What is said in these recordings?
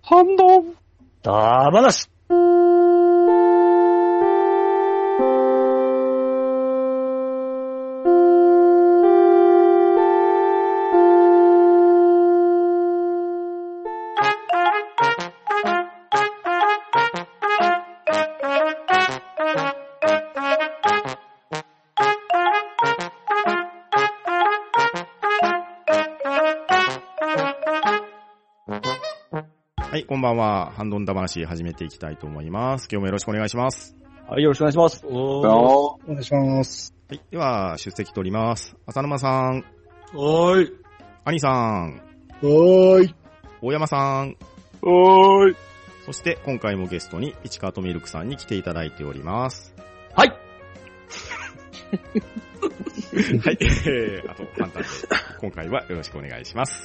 反応。ダーバなしはい、こんばんは。ハンドンダ話始めていきたいと思います。今日もよろしくお願いします。はい、よろしくお願いします。おー。お願いします。はい、では、出席取ります。浅沼さん、おーい。兄さん、おーい。大山さん、おーい。そして今回もゲストに市川とミルクさんに来ていただいております。はい。はい、 えー、あと簡単で、今回はよろしくお願いします。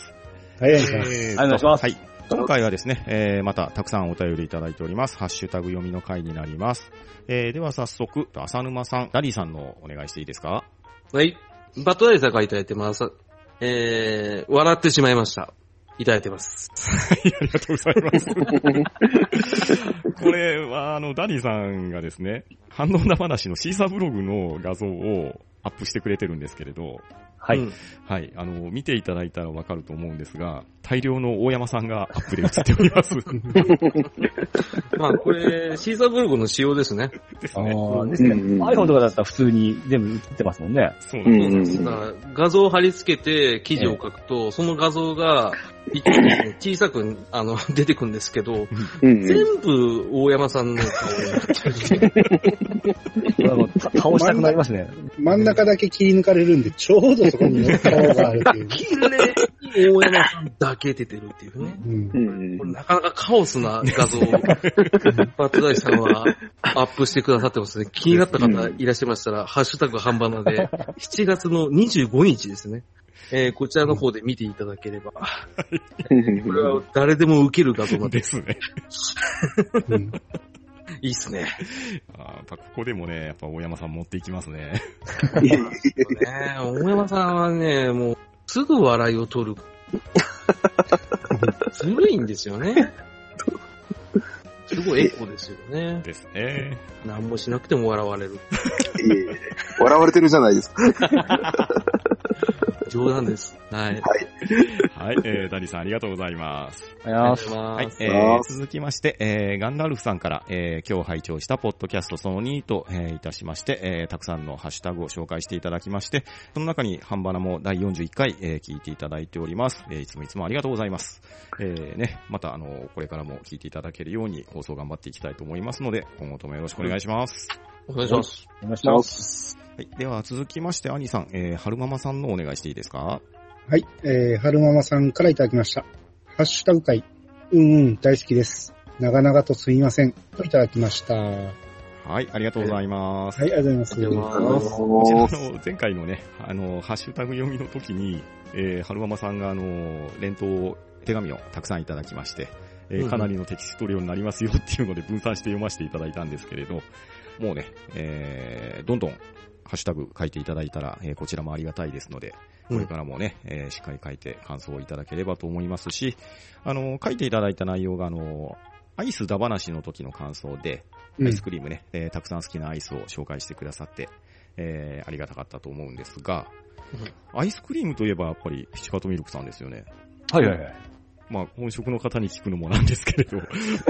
はい、お願いします。えーお願いしますはい。今回はですね、えー、またたくさんお便りいただいております。ハッシュタグ読みの回になります。えー、では早速、浅沼さん、ダリーさんのお願いしていいですかはい。バッドダイさんからいただいてます。えー、笑ってしまいました。いただいてます。はいありがとうございます。 これは、あの、ダニーさんがですね、反応な話のシーサーブログの画像をアップしてくれてるんですけれど、はい。うんはい、あの、見ていただいたらわかると思うんですが、大量の大山さんがアップで映っており ます。まあ、これ、シーザーブログの仕様ですね。ですあね。ーですね。うんうん iPhone とかだったら普通に全部映ってますもんね。そうなうんんでうんうんだから画像を貼り付けて記事を書くと、その画像が、一気 に小さく、あの、出てくるんですけど、うんうん全部、大山さんの顔になっちゃ う。あのた倒したくなりますね。真ん中だけ切り抜かれるんで、ちょうどそこに顔がある っていう。綺麗に大山さんだけ出てるっていうね。うんう、んこれなかなかカオスな画 像を、バッドダイさんはアップしてくださってますね。気になった方いらっしゃいましたら、ハッシュタグ半ばなで、7月の25日ですね。えーこちらの方で見ていただければ、これは誰でも受ける画像なんす。で。ですすね。うんいいっすね。あーやっぱここでもね、やっぱ大山さん持っていきますね。ねえ大山さんはね、もう、すぐ笑いを取る。ずるいんですよね。すごいエコですよね。です ね。何もしなくても笑われる。いえいえ笑われてるじゃないですか。冗談です。はい。はい、えー、ダニーさんありがとうございます。ありがとうございます。ははいい、、えー続きまして、えーガンダルフさんから、えー今日拝聴したポッドキャストその2と、えーいたしまして、えーたくさんのハッシュタグを紹介していただきまして、その中にハンバナも第41回、えー聞いていただいております、えーいつもいつもありがとうございます。えーね、また、あの、これからも聞いていただけるように放送頑張っていきたいと思いますので、今後ともよろしくお願いします。お願いします。お願いします。はい、では続きまして、兄さん、えー、春ママさんのお願いしていいですかはい、えー、春ママさんからいただきました。ハッシュタグ会、うんうん、大好きです。長々とすみません。といただきました。はい、はい、ありがとうございます。ありがとうございます。ありがとうございますこちらの前回のね、あの、ハッシュタグ読みの時に、えー、春ママさんが、あの、連投手紙をたくさんいただきまして、えーうんかなりのテキスト量になりますよっていうので分散して読ませていただいたんですけれど、もうね、えー、どんどん、ハッシュタグ書いていただいたら、えーこちらもありがたいですので、これからもね、えーしっかり書いて感想をいただければと思いますし、あの、書いていただいた内容が、あの、アイスだ話の時の感想で、うんアイスクリームね、えーたくさん好きなアイスを紹介してくださって、えーありがたかったと思うんですが、アイスクリームといえばやっぱりピチカートミルクさんですよね。はいはいはい。まあ、本職の方に聞くのもなんですけれ ど、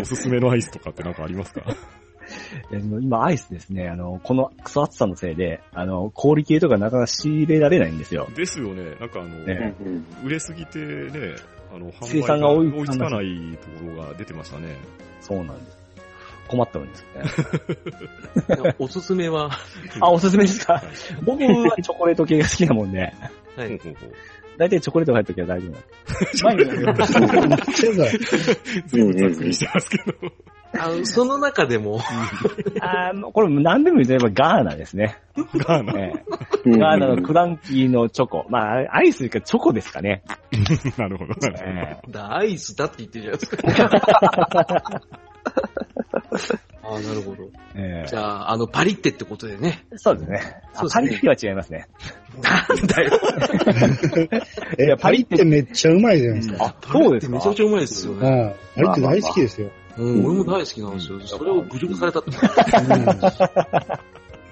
おすすめのアイスとかってなんかありますかえー今、アイスですね、あの、このクソ暑さのせいで、あの、氷系とかなかなか仕入れられないんですよ。ですよね。なんかあの、ね売れすぎてね、あの、販生売産がが追い追いつかないところが出てましたね。そうなんです。困ったんですよね。いやおすすめは、あ、おすすめですはかい僕はチョコレート系が好きなもんで、はほうい。ほうほう。大体チョコレートが入った時は大丈夫 なんです。前にそれぞれずいぶんざっくりしてますけど。あの、その中でも、あの、これ何でも言えばガーナですね。 ガーナ。ええガーナのクランキーのチョコ。まあ、アイスというかチョコですかね。なるほど。ええだアイスだって言ってるじゃないですか。ああ、なるほど。ええじゃあ、あの、パリってってことでね。そうですね。あそうですパねリピは違いますね。なんだよ。いやえ、パリってめっちゃうまいじゃないですか。あ、そうでパリっすてかめちゃくちゃうまいですよあね。あパリって大好きですよ。うん、俺も大好きなんですよ。それを侮辱されたって。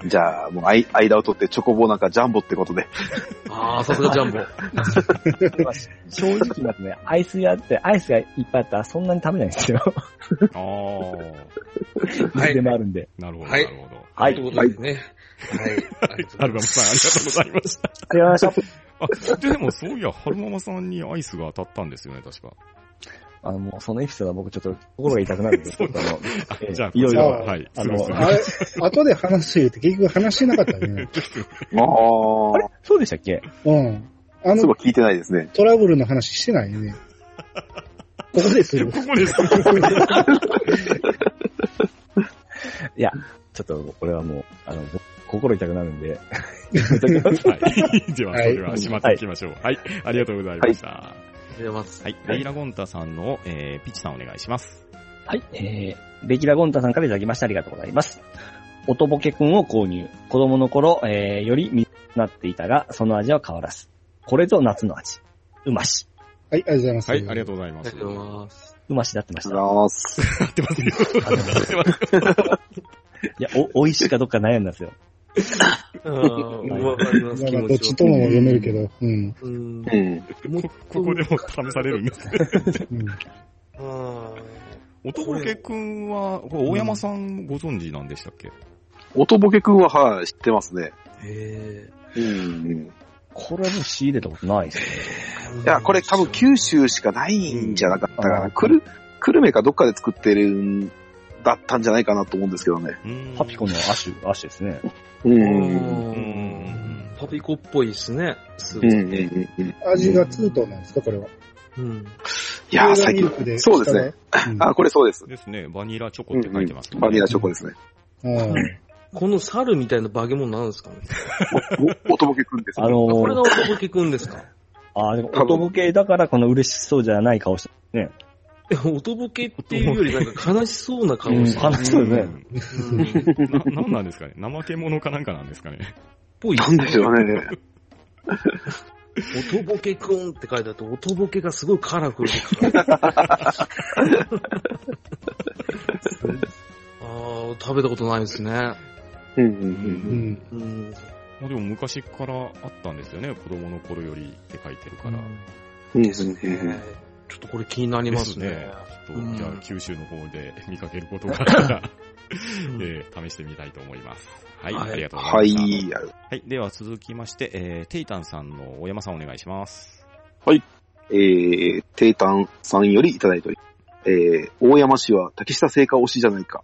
じゃあ、もう、あい間を取ってチョコボなんかジャンボってことで。ああ、さすがジャンボ。正直言います ね。アイス屋って、アイスがいっぱいあったらそんなに食べないんですよ。ああ。いつでもあるんで。なるほど、なはいるほど。はいということでね。はい。アルバムさん、ありがとうございました。ありがとうございましあ、でも、そういや、春ママさんにアイスが当たったんですよね、確か。た。あの、もうそのエピソードは僕ちょっと心が痛くな るんで、ちょっとあの、ええじゃあ、いろいろはい、あすのごいすごいあれ、後で話して言って結局話してなかったね。あああれそうでしたっけうん。あそういえばの聞いてないですね。トラブルの話してないよね。ここですよ。 こ こです。ちょっと、これはもう、あの、心痛くなるん で、やめときますはい。 では、そはいれはしまっていきましょう。はい。ありがとうございました。はありがとうございます。い。レイラゴンタさんの、えー、ピッチさんお願いします。はい、えー、ベキラゴンタさんからいただきました。ありがとうございます。音ボケくんを購入。子供の頃、えー、より水になっていたが、その味は変わらず。これぞ夏の味。うまし。はい、ありがとうございます。はい、ありがととうございまありす。がとうござい合ます。うましだってました。ありがとうございます。ってますよ。合ってますいや、お、美味しいかどうか悩んだんですよ。うん、わかります、気まあまあ、持どっちちは。とも読めるけど、うん。うん。うん。もっこここでも試されるんです。うん男ボケくんは、これ大山さんご存知なんでしたっけ音ボケくんは、はい、知ってますね。へうん。これはもう仕入れたことないですね。ーいや、これ多分九州しかないんじゃなかったかな。くる、久留米かどっかで作ってるんだったんじゃないかなと思うんですけどね。パピコの。アシュ、アシュですね。う。うんん。パピコっぽいですね。すうごんい。うんうんうん、い味がツートンなんですか、これは。うん。やソー、ーダ最ミル近。クでそうですね。うんあ、これそうです。ですね。バニラチョコって書いてます、バニラチョコですね。うんこの猿みたいな化け物なんですかね。お音ボケくんですあね。のこれがー、男気くんですかあー、でも、音ボケだからこの嬉しそうじゃない顔して、いや音ボケっていうよりなんか悲しそうな顔うん、してる。話そうですね。うんっな、なんなんですかね怠け者かなんかなんですかねぽい。なんでしょうね。音ボケくんって書いてあって、音ボケがすごいカラフルで。ああ、食べたことないですね。うんううんん。うん。まあでも昔からあったんですよね。子供の頃よりって書いてるから。うん。ですね。ちょっとこれ気になりますですねね。ちょっうと、んじゃあ九州の方 で見かけることがあったら、えー試してみたいと思います。はい、はいありがとうございはまいした。はい。。では続きまして、えー、テイタンさんの大山さんお願いします。えー、テイタンさんよりいただいております、えー、大山氏は竹下製菓推しじゃないか。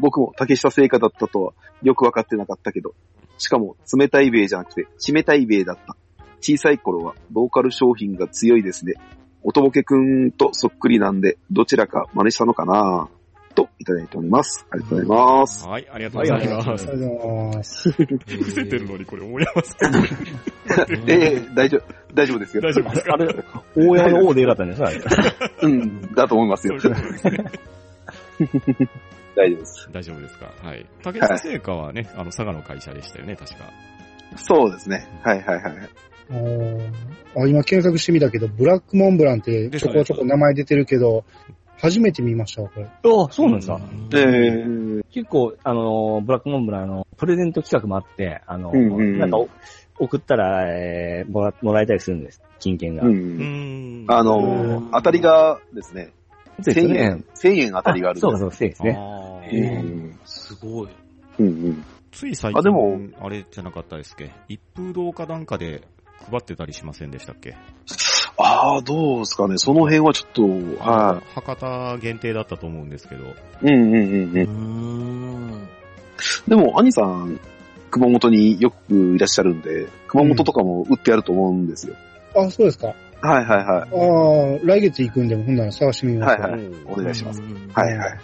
僕も竹下製菓だったとはよくわかってなかったけど、しかも冷たい米じゃなくて、冷たい米だった。小さい頃はローカル商品が強いですね。音ボケくんとそっくりなんで、どちらか真似したのかなといただいております。ありがとうございます。はい、ありがとうございまあす。りがとうございます。伏せてるのにこれ大山さん。ええ大丈夫、大丈夫ですよ。大丈夫ですあかれ、大山の王でよかったんですかあれうん、だと思いますよ。 大丈夫です。大丈夫ですかはい。竹下製菓はね、あの、佐賀の会社でしたよね、確か。そうですね。はいはいはい。あーあ今検索してみたけど、ブラックモンブランってちょこちょこ名前出てるけど、初めて見ましたわ、これ。あ、そうなんですか。えー、結構、あの、ブラックモンブランのプレゼント企画もあって、あの、うんうんうんなんかお送ったら、えーもら、もらえたりするんです。金券が。う。うんん。あうのんー、当たりがですね、そうですよ1000ね円、。千円当たりがあるんそうか、ですそうか、そうですねね。。うそうんすごい。うんうん。つい最あでも近、あれじゃなかったですっけ一風堂かなんかで配ってたりしませんでしたっけああ、どうですかね。その辺はちょっと、は博多限定だったと思うんですけど。い。うんうんうんう。うんん。でも、兄さん、熊本によくいらっしゃるんで、熊本とかも売ってやると思うんですよ。あ、そうですか。あはいはいはあー、来月行くんでも、ほんなら探してみい。ます。はいはい。お願いします。うんはいはい。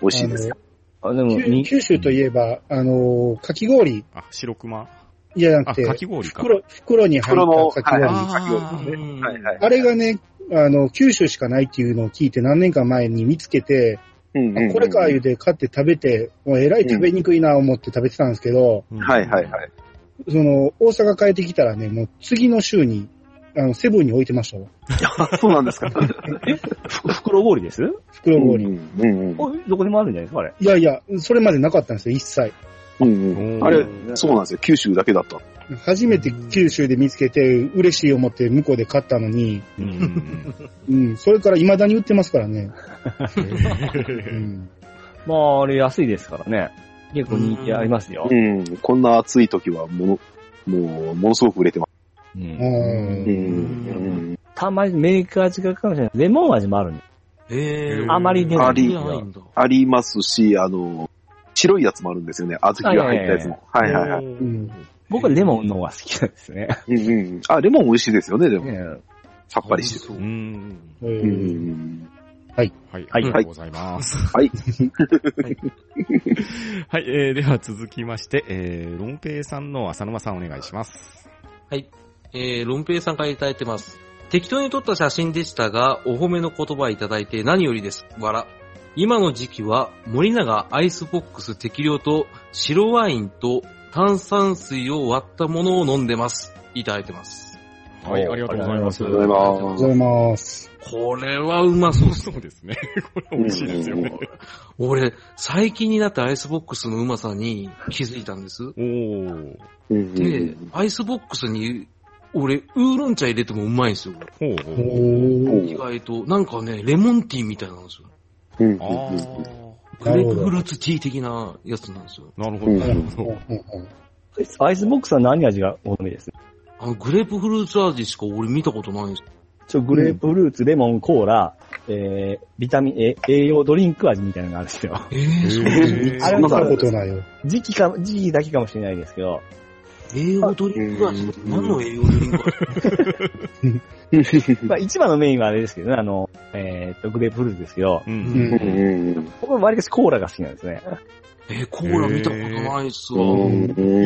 美味しいですよ。あでも、あの九に、九州といえば、あのー、かき氷、あ、白熊いやじゃなあ、くて、かき氷か。袋、袋に入ったかき袋氷。のあはいあーうんはいはい。れがね、あの、九州しかないっていうのを聞いて何年か前に見つけて、うんうんうんあこれか言うて買って食べて、もうえらい食べにくいな思って食べてたんですけど、うんはいはいはい。その、大阪帰ってきたらね、もう次の週に、あの、セブンに置いてましたわ。あ、そうなんですか。ふ袋氷です袋うんう氷。んうんおどこでもあるんじゃないですか、あれ。いやいや、それまでなかったんですよ、一切。うんうんあれ、そうなんですよ。九州だけだった。初めて九州で見つけて、嬉しい思って向こうで買ったのに、うん。うん、それから未だに売ってますからね。ううんん。まあ、あれ安いですからね。結構人気ありますよう。ん。こんな暑い時は、もの、もう、ものすごく売れてます。うんあーうんん。たまにメーカー違うかもしれない。レモン味もあるんでえうえんあまり出ない。ありいやないんだ。ありますし、あの、白いやつもあるんですよね。小豆が入ったやつも。はいはいはい。うん。僕はレモンの方が好きなんですね。うんうん。あ、レモン美味しいですよね、でも。ね さっぱりしてそうう。ん。える。うーん。はい、あはいりがとうございます。はい。はい、えー、では続きまして、えー、ロンペイさんの浅沼さんお願いします。はい。えー、ロンペイさんからいただいてます。適当に撮った写真でしたが、お褒めの言葉いただいて何よりです。わら。今の時期は森永アイスボックス適量と白ワインと炭酸水を割ったものを飲んでます。いただいてます。はい、ありがとうございます。ありがとうございまありがすとうございます。これはうまそうっす。そうですね。これ美味しいですよね。俺、最近になってアイスボックスのうまさに気づいたんです。おー。うんで、アイスボックスに、俺、ウーロン茶入れてもうまいんですよ。ほうおほう。うー意ん。外と、なんかね、レモンティーみたいなんですよ。うんうんあうんグレープフルーツティー的なやつなんですよ。あ。なるほど、なるうんほうんアイスボックスは何味がお好みですあの、グレープフルーツ味しか俺見たことないんですよ。ちょ、グレープフルーツ、レモン、コーラ、えー、ビタミン、えー、栄養ドリンク味みたいなのがあるんですよ。えー、そうど。へーそんなことないよ。 時期か、時期だけかもしれないですけど、栄養ドリンク味って何の栄養ドリン ク味まあ一番のメインはあれですけどね、あの、えーっと、グレープフルーツですけど、う。うんん。うん僕は割かしコーラが好きなんですね。えー、コーラ見たことないっすわ。うそん。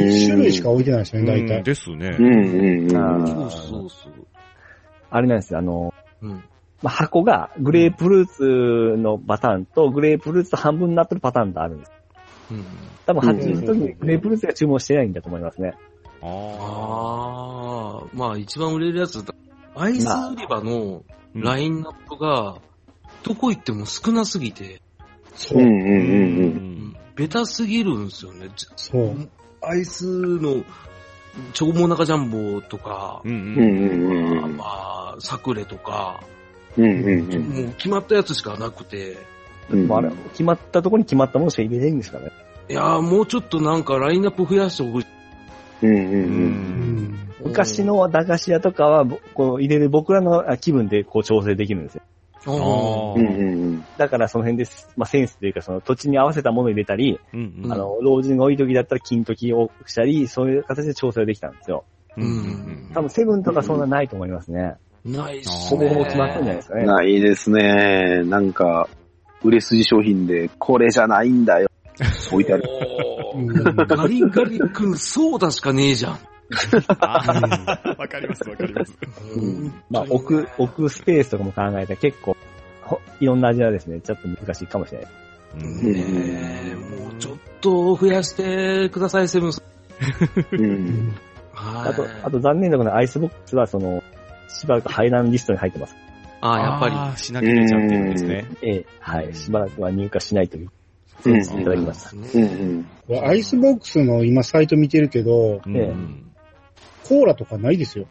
一種類しか置いてないですうね、大ん体。ですねう。んうんうん。うそうそう。あれなんですよ、あの、うん。まあ、箱がグレープフルーツのパターンと、グレープフルーツと半分になってるパターンがあるんです。うん。多分発注するときにグレープフルーツが注文してないんだと思いますね。ああー、まあ一番売れるやつだ。アイス売り場のー。ラインナップが、どこ行っても少なすぎて、そうう。んうんうん。ベタすぎるんですよね。ちそう。アイスの、超モナカジャンボとか、うんうんううん。んうんうんうん。まあ、サクレとか、うんうんうん。もう決まったやつしかなくて、うんまあ、あれ決まったところに決まったものしか入れないんですからね。いやーもうちょっとなんかラインナップ増やしてほしい。うんううんん昔の駄菓子屋とかは、ぼこう入れる僕らのあ気分でこう調整できるんですよ。ああーーうん。うんうんだからその辺です、まあ、センスというかその土地に合わせたものを入れたり、うんうんあの、老人が多い時だったら金時をしたり、そういう形で調整できたんですよ。うん多分セブンとかそんなないと思いますね。ないっすそうんのね。辺も決まったんじゃないですかね。ないですね。なんか、売れ筋商品で、これじゃないんだよ。置いてある。おうーん。う ガリガリ君、ソーダしかねえじゃん。あーわかります、わかります。んまあ、置く、置くスペースとかも考えたら結構、ほいろんな味はですね、ちょっと難しいかもしれない。うねんえ、もうちょっと増やしてください、セブンさん。 うん。はい。あと、あと残念なことにアイスボックスはその、しばらく排卵リストに入ってます。あーやっぱり。あーしなきゃ出ちゃってるんですね。ええ、はい。しばらくは入荷しないという。うんいただきました。うんうねん。んアイスボックスの今サイト見てるけど、うええん。コーラとかないですよ。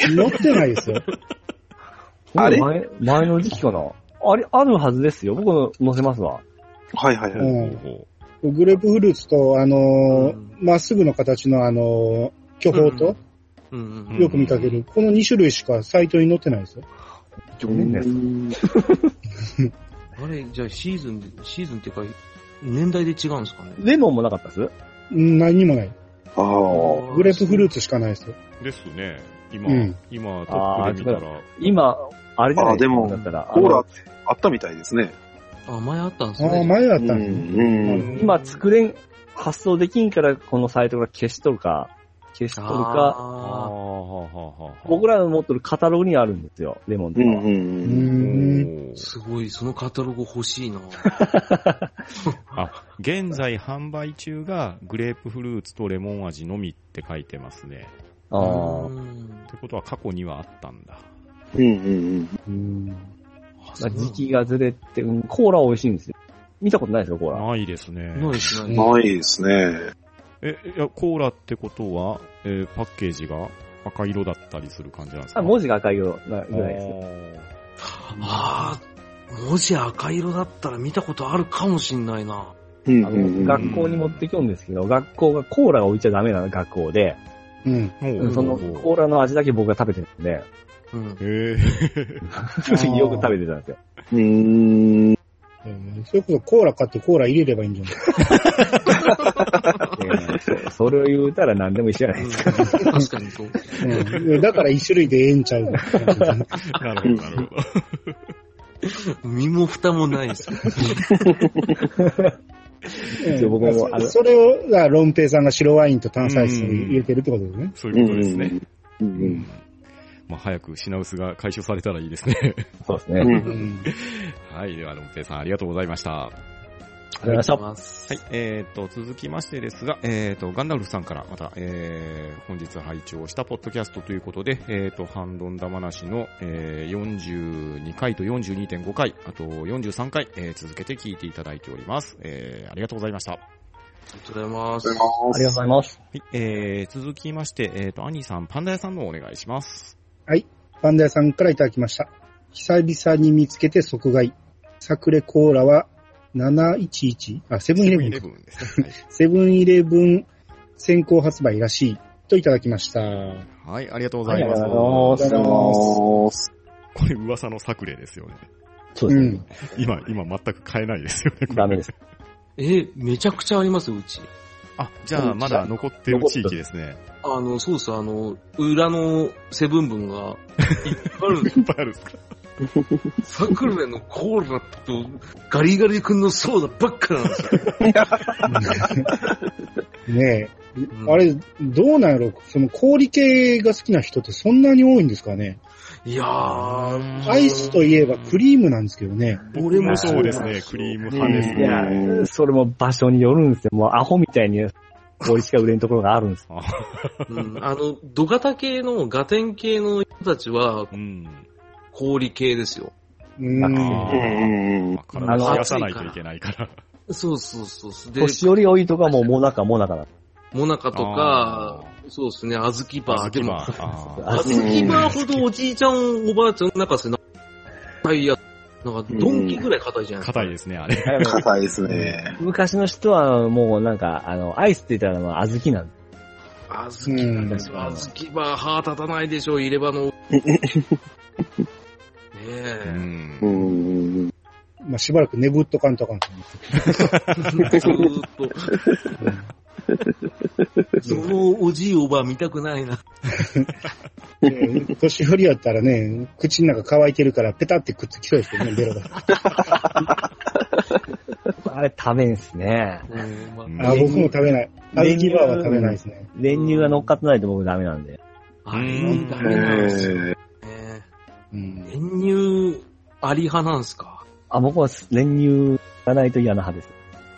え乗ってないですよ。あれ前前の時期かなあれ、あるはずですよ。僕載せますわ。はいはいはい。うほうんほグレープフルーツと、あのーうんまっすぐの形のあのー巨峰と、うんうんうんよく見かける、この2種類しかサイトに載ってないですよ。去年のやつあれ、じゃあシーズンで、シーズンっていうか、年代で違うんですかね。レモンもなかったですうん何にもない。ああ。グレープフルーツしかないですよ。うですね。今うん、今、トップで見たら。今、あれじゃないあでもだったら、コーラあのあったみたいですね。あ、前あったんですああ、ね。前だっうたんですね。ん。今作れん、発送できんからこのサイトが消しとるか、消し取るか、あああ、ーはあ、はあ、はあ。僕らの持ってるカタログにあるんですよ、レモンとうかんは。うんううん。ん。おーすごい、そのカタログ欲しいな。あ、現在販売中がグレープフルーツとレモン味のみって書いてますね。ああう。んってことは過去にはあったんだ。うんうんうん。あまそあう時期がずれて、うんコーラ美味しいんですよ。見たことないですよ、コーラ。ないですね。ないですうねん。。ないですね。え、いや、コーラってことは、えーパッケージが赤色だったりする感じなんですかあ文字字が赤い色なぐらいですね。ああ、文字赤色だったら見たことあるかもしんないな。うんあうの、んうん。学校に持ってきようんですけど、学校がコーラが置いちゃダメな学校で、うん。おそのコーラの味だけ僕が食べてるんで、うん。え ーよく食べてたんですよ。うーん。うんそれこそコーラ買ってコーラ入れればいいんじゃないえーそそれを言うたら何でも一緒じゃ ないですか。確かにそう。うん、だから一種類でええんちゃう。 なるほど、なるほど。身も蓋もないですね。うん僕もあのそそれを、だからロンペイさんが白ワインと炭酸水に入れてるってことですね。そうういんうことですね。ううんんまあ、早く品薄が解消されたらいいですね。 そうですね。あうりん。うがとうんん。はい。では、ロンペイさんありがとうございました。うございました。ますはい、えー、と、続きましてですが、えー、と、ガンダルフさんからまた、えー、本日拝聴したポッドキャストということで、えー、と、ハンドンダ話の、えー、42回と42.5回、あと43回、えー、続けて聞いていただいております。えー、ありがとうございました。はありがとうございます。ありがとうございます。い、えー、続きまして、えー、と、アニさん、パンダ屋さんのお願いします。パンダ屋さんからいただきました。久々に見つけて即買い。サクレコーラは 711? あ、セブンイレブンセか。ブンですね。セブンイレブン先行発売らしい。といただきま した。あはい、はいありがとうございます。はいありがとうございますます。これ噂のサクレですよね。そうですね。今、今全く買えないですよね。ダメです。え、めちゃくちゃありますよ、うち。あ、じゃあ、まだ残ってる地域ですね。あの、そうです、あの、裏のセブン分が、いっぱいあるんですいっぱいあるんですかサクレのコーラとガリガリ君のソーダばっかなんですよ。ねえ。うんあれ、どうなんやろその氷系が好きな人ってそんなに多いんですかねいやー。アイスといえばクリームなんですけどね。僕もそうですそうなんねで。すよクリーム派ですいね。や、それも場所によるんですよ。もうアホみたいに氷しか売れんところがあるんです。うんあの、土型系のガテン系の人たちはうん。氷系ですよ。うん。あうーんうんうんまあ、体を冷やさないといけないから。そうそうそうそう。で、年寄り多いとかもうモナカモ ナカなんでモナカとか、そうですね、あずきバー。でも、あああずきバーほどおじいちゃん、おばあちゃんの中ですね、硬いやつ。なんか、ドンキぐらい硬いじゃーない硬いですね、あれ。すよ。硬いですね。昔の人はもうなんか、あの、アイスって言ったらまあ小豆なんです。あずきなんですよ。あずきバー、歯立たないでしょ、入れ歯の。ねうえ。んう。ん。まあ、しばらく眠っとかんとあかんと思って。ずーっと。そのおじいおばあ見たくないな。ね 年寄りやったらね、口の中乾いてるから、ペタってくっつきそうですけどね、ベロが。 あれ食べんすね。うんまああ、僕も食べない。アルキバーは食べないですね。練乳が乗っかってないと僕ダメなんで。あれ、ダメなんですよね。うん。練乳、あり派なんすかあ、僕は練乳がないと嫌な派です。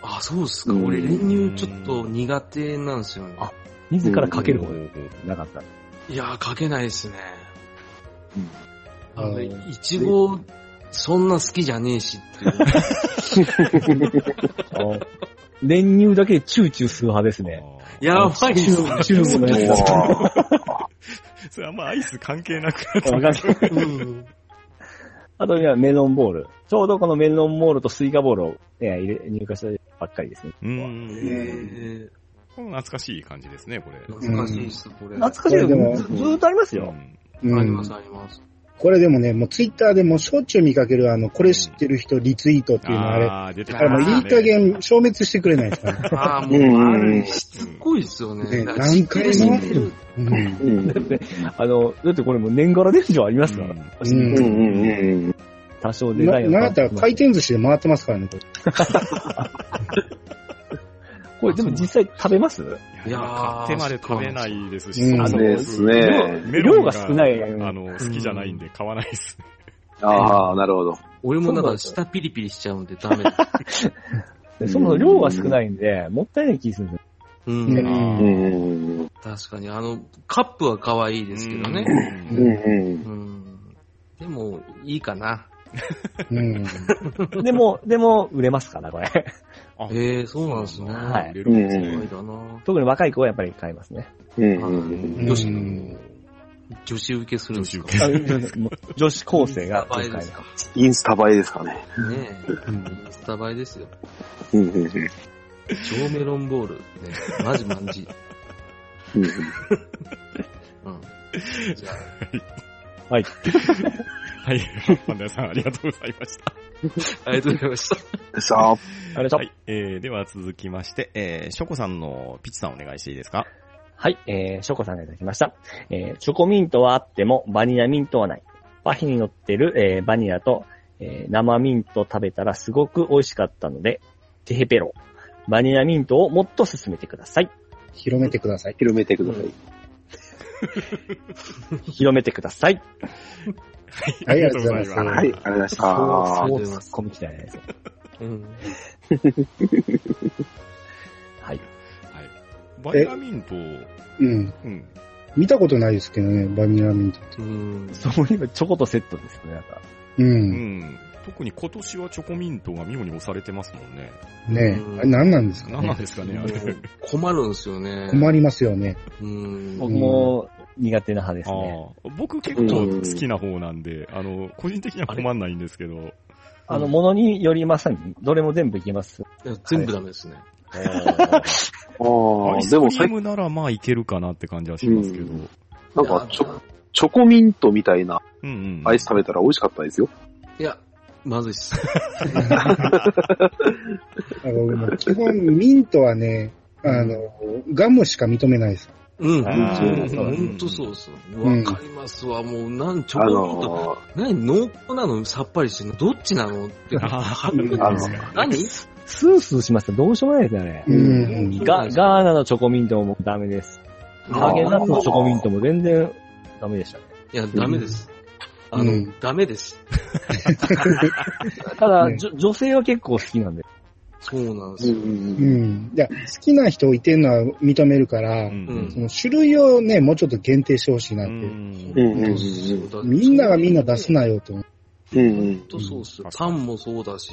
あ、そうっすか。うん俺、練乳ちょっと苦手なんですよね。あ自らかける方がなかった。いやー、かけないですね。うんあの、うんいちご、そんな好きじゃねえしっていう。あ練乳だけでチューチューする派で すね。やばいっすね。チューするう派わそれあんまアイス関係なくなっわかんないうんあとにはメロンボール。ちょうどこのメロンボールとスイカボールを、ね、入れ入荷したばっかりですね。うん。え懐かしい感じですね、これ。ー、懐かしいっす、これ。懐あかしいよこれでもずずーっとありますうよ。んうりんます、あります。これでもね、もうツイッターでもしょっちゅう見かける、あの、これ知ってる人リツイートっていうのあれ、ああー、出てきれもまうしたいねい加減消滅してくれないですからね。ああ、もう、あれ、しつこいっすよね。ね何回も回ってる。うん。うんあの、だってこれもう年がら年中ありますから。うんうんうんうん多少デザな、インなんだったら回こ転寿司で回ってますからね、これ。これでも実際食べますいやー買ってまで食べないですし、うんそもそもですねメロン量が少ないあの、好きじゃないんで買わないです。ああ、なるほど。俺もなんか舌ピリピリしちゃうんでダメだ。でそもそも量が少ないんで、もったいない気するんですよ。うん。うんうあーん。確かに、あの、カップは可愛いですけどね。うん。うんうん。でも、いいかな。うん。でも、でも、売れますから、これ。 あええそうなんですね。ははいい。メロンうん可愛いだな。特に若い子はやっぱり買いますね。うんあうん。の女子の、女子受けするんですか女子あ もう女子高生が買インスタ映えいまですす。か。インスタ映えですかね。ねえ。インスタ映えですよ。うん。うんうん超メロンボール。ねマジマンジ。うんうん。じゃあ、はい。パンダさん、ありがとうございました。ありがとうございました。さあ、あれとは、い。えー、では続きまして、えー、ショコさんのピッチさんお願いしていいですかはい、えー、ショコさんがいただきました。えー、チョコミントはあってもバニラミントはない。パフィに乗ってる、えー、バニラと、えー、生ミントを食べたらすごく美味しかったので、テヘペロ。バニラミントをもっと進めてください。広めてください。広めてください。広めてください。はい、ありがとうございあまりすがは。い、ありがとうございました。ありがとうございますツッコミ嫌いなんですよ。うん。はい。はい。バニラミント、うん。うん。見たことないですけどね、バニラミント。うん。そういうチョコとセットですね、なんか。う。うんん。特に今年はチョコミントが妙に押されてますもんね。ねうんえ、あれ何なんですか何なんね。ですかね、あれ。もう困るんですよね。困りますよね。うん。僕も苦手な派ですあね。あ僕結構好きな方なんで、あの、個人的には困んないんですけど。あの、ものによりまさに、どれも全部いけます。いや全部ダメですね。あアイあ、スでもクリさっーきムならまあいけるかなって感じはしますけど。ううんんなんいやかチョ、チョコミントみたいなうん。アイス食べたら美味しかったですよ。いや、まずいっす。だから俺も基本、ミントはね、あの、ガムしか認めないです。うん、あーそう本当そうです。うわんかりますわ、もう、なん、チョあコミント、の何、濃厚なのさっぱりしてんのどっちなのって、ああの 何スースーしますどうしようもないですよね。うんガガーナのチョコミントもダメです。ハーゲンダッツのチョコミントも全然ダメでしたね。いや、ダメです。うんあの、うんダメです。ただ、ねじょ女性は結構好きなんで。そうなんでうすよ。うんん。いや、好きな人いてるのは認めるから、うんその種類をね、もうちょっと限定してほしいなっうて。んうんうん本当っすよだってみんながみんな出すなよと思う。うんうん本当そうっすうよん。パンもそうだし、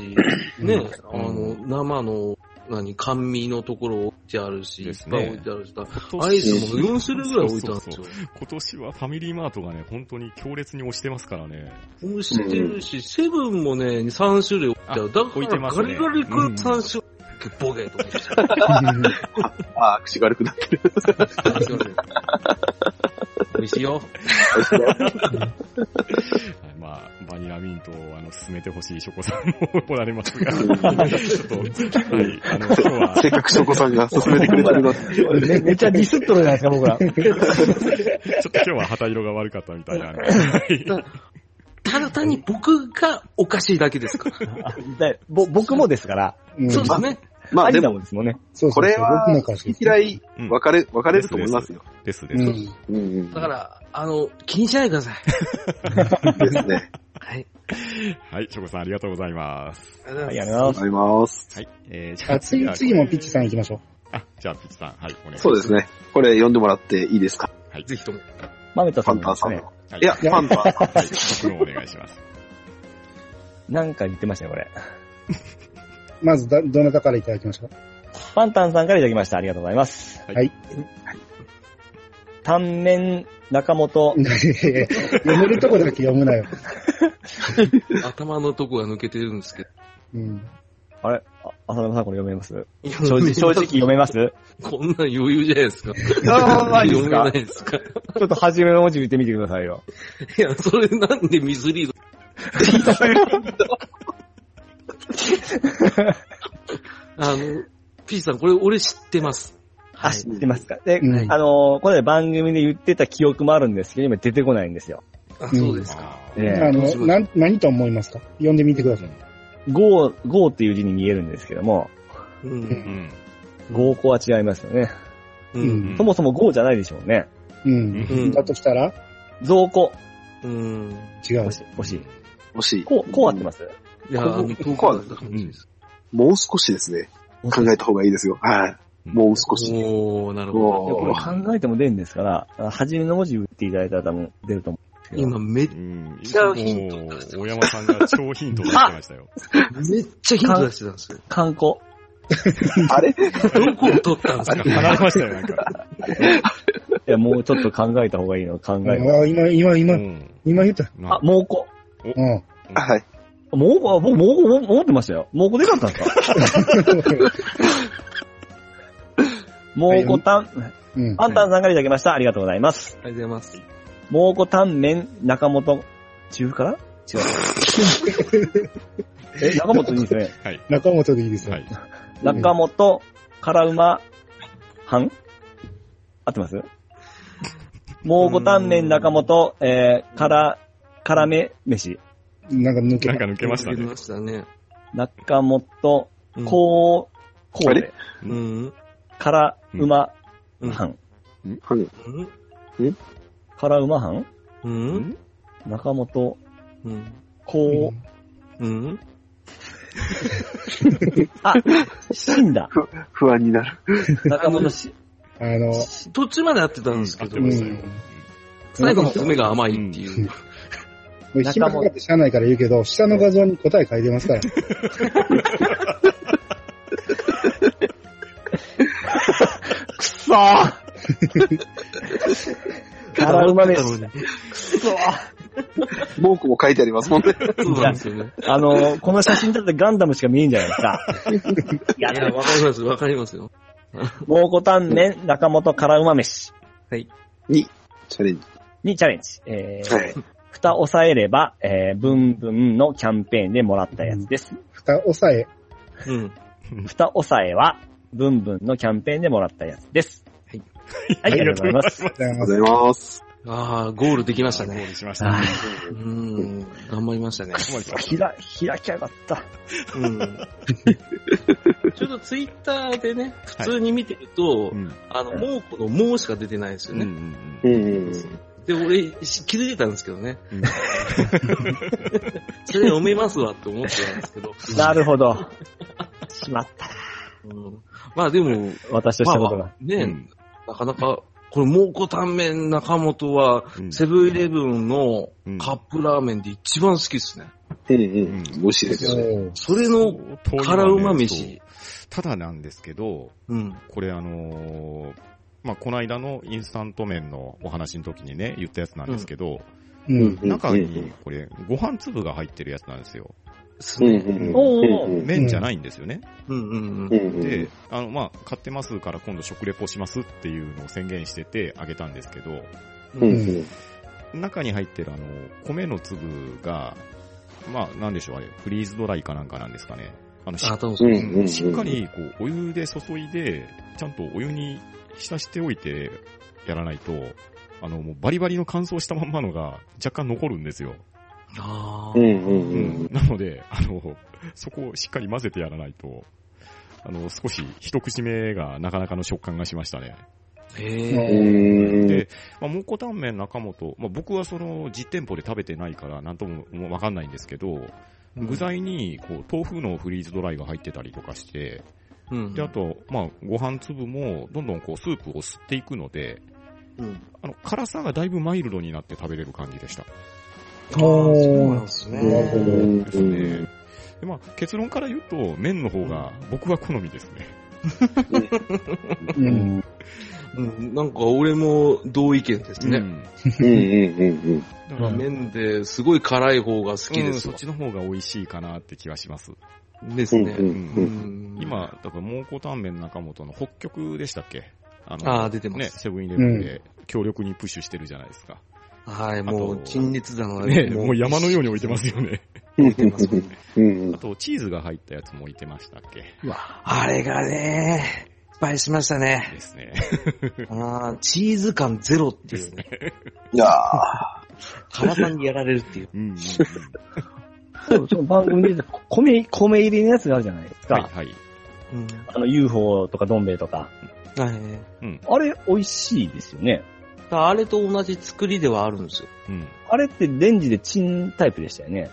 ね、あの、生の、何、甘味のところ置いてあるし、いでっすぱねい置いてあるし、今年アイスも4種類ぐらい置いてあるんですそうよそ。今年はファミリーマートがね、本当に強烈に推してますからね。もう知ってるし、セブンもね、3種類置いてある。だ置いかてら、ますガねリガリ君3種類。ボケと思ってた。ああ、口が悪くなってする。いません美味しいよ。はいまあ、バニラミントをあの進めてほしいショコさんもおられます が、ちょっと、はい、あの、今日は、せっかくショコさんが勧めてくれてるなって。めめっちゃディスっとるじゃないですか、 僕ら。ちょっと今日は旗色が悪かったみたいなんで、はいただ単に僕がおかしいだけですから。だぼ僕もですから、うんそうですね。まあありでなも、もんですもんね。そうそうこれは僕の好感きじ嫌いうん分かれ、分かれると思いますよ。ですでうす。ん。うんうん。だから、あの、気にしないでください。ら、ですね。はい。はい、ショコさんありがとうございます。ありがとうはございい、ありまがとうごあざいります。はい、えー、じゃああ、次、次もピッチさん行きましょあ、じゃあピッチさん、はい、お願いします。そうです。ね。これ読んでもらっていいですかはいす。、ぜひとも。ます。マメタパさんンタでンすさんの。ね。はいいや、パンタンさん。はい、僕もお願いします。なんか言ってましたよ、これ。う。まずだ、どなたからいただきましょう。 パンタンさんからいただきました。ありがとうございます。はいはい。タンメン中本、読めるとこだけ読むなよ。頭のとこが抜けてるんですけど。うん。あれあ、浅沼さんこれ読めます正直正直読めますこんなん余裕じゃないですか。あ読めないですか。ちょっと初めの文字見てみてくださいよ。いや、それなんでミスリードあの、ピーさん、これ俺知ってます。あ、知ってますか。で、うんあのーこれ番組で言ってた記憶もあるんですけど、今出てこないんですよ。あ、そうですか。あえあえの、なん、何と思いますか読んでみてください。ゴー、ゴーっていう字に見えるんですけども、うんーうん。合コンは違いますよね。う。うんん。そもそも合じゃないでしょうね。うん。うんだとしたら増子。うん。違う惜。しい、惜しい。もし、こう、こう合ってますいや、ここあの、投稿だったかもしれないです。もう少しですね、考えた方がいいですよ。はい。もう少し。おー、なるいやこほれど。考えても出るんですから、あ初めの文字打っていただいたら多分出ると思うんですけど。今めっうん。ちゃヒントもう、大山さんが超ヒントを出してまし たよ。めっちゃヒント出してたんですよ。観光。あれどこを取ったんです かなんか離れましたよ、なんか。いや、もうちょっと考えた方がいいの、考えた。あ今、今、う今、ん。今言った。まあ、猛虎。うん。はい。猛虎、僕、猛虎、猛虎思ってましたよ。猛虎でかったんですか猛虎タン、うん。アンタンさんからいただきました。ありがとうございます。ありがとうございます。猛虎タンメン、中本、中腹から違う。え、 中本いいですね。中本でいいですあはよ。い。中本、から馬、藩合ってますもうごたんめん中本、えー、から、からめ飯。なんか抜けなんた。か抜けました出ねま。したね。中本、うんこう、こあうれで、うん。から馬うん藩。はい。から馬藩うん。中本、うん。うこんう、うん。あ、死んだ。不安になる。中本し、あの、途中まで合ってたんですけどう、ん合ってましたよ。最後の爪が甘いっていう。暇かかってしゃあないから言うけど、下の画像に答え書いてますから。くそーから馬飯。そうくそー文句も書いてありますもんね。なんですよね。 あの、この写真だってガンダムしか見えんじゃないですか。いやいや、わかります、わかりますよ。蒙古タンメン中本辛馬飯チャレンジ。にチャレンジ。えーはい。蓋押さえれば、えー、ブンブンのキャンペーンでもらったやつです。蓋押さえ、うん。蓋押さえは、ブンブンのキャンペーンでもらったやつです。はい。はい、ありがとうございます。ございあまりす。がとうございます。ああ、ゴールできましたゴーね。ルしましたあね。うん。頑張りましたね。ここまで来まひしら、 開きやがった。うん。ちょっとツイッターでね、普通に見てると、た。うん。あの、猛虎の猛しか出てないですようんね。ううんんうんで、俺、し気づいたんですけどね。 うんそれ読めますわって思ってたんですけど。なるほど。 しまった。うんまあでも、私としたことが。ね、うんなかなか、これ、蒙古タンメン中本は、うんセブンイレブンのうんカップラーメンで一番好きですね。うんうん。美味しいですよね。おうそれの、辛うま飯。ただなんですけど、うん。これあのーまあ、この間のインスタント麺のお話の時にね、言ったやつなんですけど、うん。うん中にこれ、ご飯粒が入ってるやつなんですよ。うんうんうん。おーうんうん麺じゃないんですよね。うんううん。んうんで、あの、まあ、買ってますから今度食レポしますっていうのを宣言しててあげたんですけど、うんん中に入ってるあの、米の粒が、まあ、なんでしょう、あれ、フリーズドライかなんかなんですかね。あの、しあ、多分うそんううですんうん。しっかり、こう、お湯で注いで、ちゃんとお湯に浸しておいてやらないと、あの、もうバリバリの乾燥したまんまのが若干残るんですよ。あうーんうんううんん。。なので、あの、そこをしっかり混ぜてやらないと、あの、少し一口目がなかなかの食感がしましたね。へうえ。んで、まあ、蒙古タンメン中本、まあ、僕はその実店舗で食べてないからなんとももうわかんないんですけど、具材にこう豆腐のフリーズドライが入ってたりとかして、うんで、あ、と、まあ、ご飯粒もどんどんこうスープを吸っていくので、うん。あの、辛さがだいぶマイルドになって食べれる感じでした。あーそうなんですね。なるほどうんですね。でまあ、結論から言うと、麺の方が僕は好みですね。うん。うん、なんか俺も同意見ですね。うんうんうんうんだからうん麺麺ですごい辛い方が好きうでんすそっわ。ちの方が美味しいかなって気はします。ですね。うんうんうん、今、だから、蒙古タンメン中本の北極でしたっけああー出てますね、セブンイレブンで強力にプッシュしてるじゃないですか。はい、ともう、陳列棚はね、もう山のように置いてますよね。 うん。 置いてますもんね。うんあと、チーズが入ったやつも置いてましたっけあれがね、失敗しました ね。ですね。あーチーズ感ゼロっていうね。いや体にやられる っていう。うんうんうん。そう、その番組で、米、米入りのやつがあるじゃないですはいか。はい。うん。あの、UFO とかどん兵衛とか、はい。うん。あれ美味しいですよね。あれと同じ作りではあるんですよ。うん。あれってレンジでチンタイプでしたよね。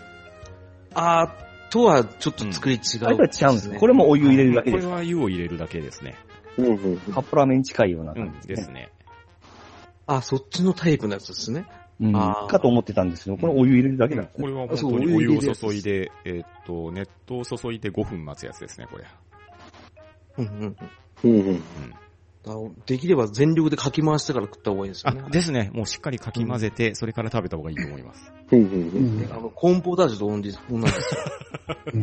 あーとはちょっと作り違う、あれとは違うんですね。これもお湯入れるだけでこれすか。は湯を入れるだけですね。うんうんカップラーメンに近いようなう感ん。じでですすね。ね。あ、そっちのタイプのやつですね。うん。あーかと思ってたんですけど、これお湯入れるだけなんですねこれは本そ当うにお湯お湯を入れるやつ注いで、えーっと、熱湯を注いで5分待つやつですね、これ。うんうんうん。うんうん。あのできれば全力でかき回してから食った方がいいんですよあね。、ですね。もうしっかりかき混ぜて、それから食べた方がいいと思います。うんううんんあの、コーンポタージュと同じ同うんじですよ。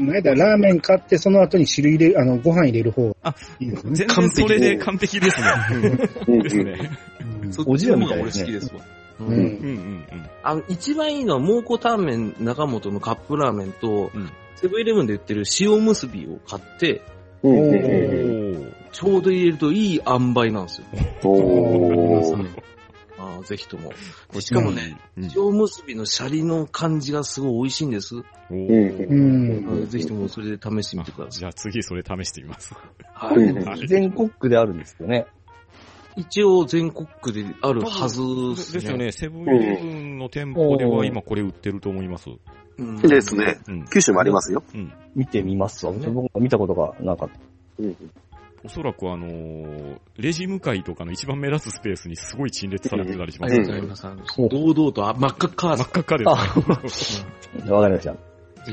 この間ラーメン買って、その後に汁入れ、あの、ご飯入れる方あ、いいですね。全然それで完璧ですね。うんですね。うんそっおちじやのみ方たが俺いで好すねきですわ。ううんんうんうんうん。あの、一番いいのは、蒙古タンメン中本のカップラーメンと、うんセブンイレブンで売ってる塩結びを買って、うんおおーー。ちょうど入れるといい塩梅なんですよ。おー。あーぜひとも。しかもね、うん。塩結びのシャリの感じがすごい美味しいんです。おううんあーぜひともそれで試してみてください。じゃあ次それ試してみます。はういんうん全国区であるんですよね。一応全国区であるはずですね。ですよ。ね。セブンイレブンの店舗では今これ売ってると思います。うん、ですね。うん。九州もありますよ。うん。見てみますわ。そうね僕は見たことがなかった。うんおそらくあのーレジ向かいとかの一番目立つスペースにすごい陳列されてたりしあまりすがよとうございね。ます。あの堂々と、あ、真っ赤っか真ーっ赤っかです。わかりました。ぜ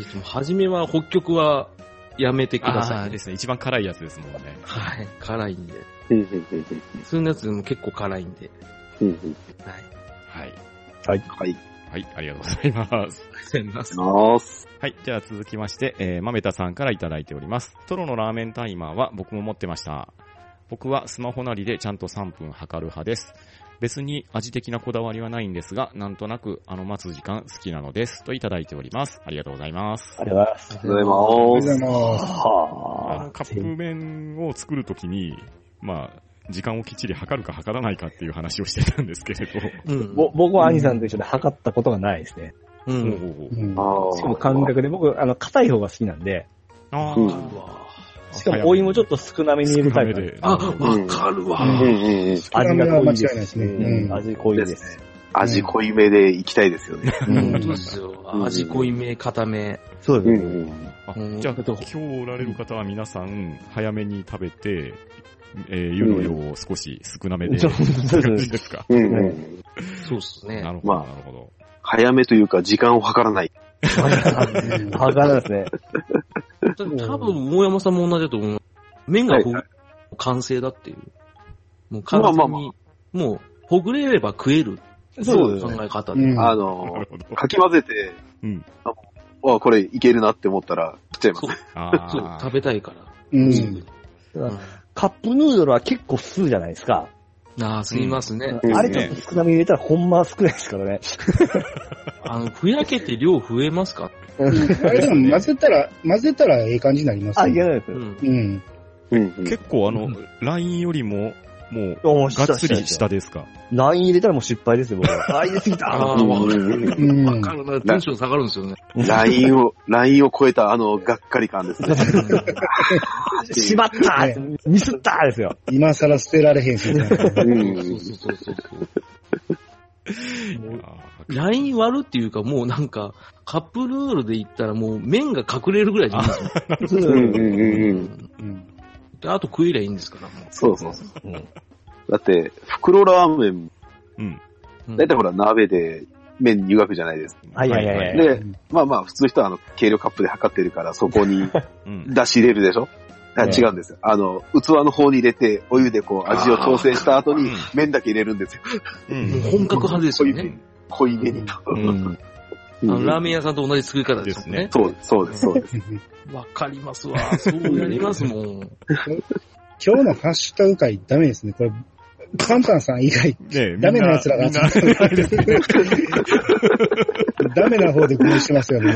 ひとも、初めは北極はやめてくだあさ あいで。すね。一番辛いやつですもんね。はい。辛いんで。うんうんうんうん普通のやつでも結構辛いんで。うんうんはい。はい。はい。はい、ありがとうございます。ありがとうございます。なーす。はい、じゃあ続きまして、えー、まめたさんからいただいております。トロのラーメンタイマーは僕も持ってました。僕はスマホなりでちゃんと3分測る派です。別に味的なこだわりはないんですが、なんとなくあの待つ時間好きなのです。といただいております。ありがとうございます。ありがとうございます。ありがとうございます。あはのカップ麺を作るときに、まあ、時間をきっちり測るか測らないかっていう話をしてたんですけれど。うんぼ僕は兄さんと一緒で測ったことがないですね。う。うんうんあーしかも感覚で、僕、あの、硬い方が好きなんで、あううーわしかもお芋ちょっと少なめに入れるタ少なイめプなんでで。あ、わかるわ。うんうんうん。味が濃少いでなめは間違いないすですねううんん味濃いです。味濃いめで行きたいですよね。う本ん当ですよ。ん味濃いめ、固め。そううでんすね。うん。あうんじゃあ、だと今日おられる方は皆さん、早めに食べて、えー、湯の量を少し少なめで、そうそう感じですか。うんうん。そうっすねな。るほど、まあなるほど。早めというか、時間を計らない。わからないですね。多分、大山さんも同じだと思う。麺がほぐ完成だっていう。もう完まあ全まあまに、もう、ほぐれれば食えるそうです考ね。え方うで。んあなのる、ほど。かき混ぜて、うんあのあこれいけるなって思ったら、来ちゃいますそう。あそう、食べたいから。うん。うんカップヌードルは結構吸うじゃないですか。ああ、すいますね。うんあれちょっと少なめに入れたらほんま少ないですから ね。あの、ふやけて量増えますかあれでも混ぜたら、混ぜたらええ感じになりますあ、いけね。ないですう。ん。うん。うんうん。結構あの、うんラインよりも、もう、おがっつり下。ですか。ライン入れたらもう失敗ですよ、僕は。あ、入れすぎた。あああ、わかうる。んわかるな。テンション下がるんですよね。ラインを、ラインを超えたあの、がっかり感ですね。 しまったミスったですよ。今更捨てられへんし。 うんそうそうそうそう。あーライン割るっていうか、もうなんか、カップヌードルで言ったらもう麺が隠れるぐらいじゃないですか。うんうんうんう。うんんうんであと食えりゃいいんですから、もそうそうそう。うんだって、袋ラーメン、うん。う。だいたいほら鍋で麺湯がくじゃないですか。はいはいはいはいで、まあまあ普通の人はあの、計量カップで測ってるから、そこにうん。出汁入れるでしょあね違うんですよ。あの、器の方に入れて、お湯でこう、味を調整した後に、麺だけ入れるんですよ。うんもう本格派です濃よいね。麺。濃いめにと。うんあのラーメン屋。屋さんと同じ作り方ですよね。そうです、そうです、そうです。わかりますわ。そうやりますもん。今日のハッシュタグ会ダメですね。これ、パンパンさん以外、ねダメな奴らがみんな 集まってる。ダメな方で合意してますよ ね。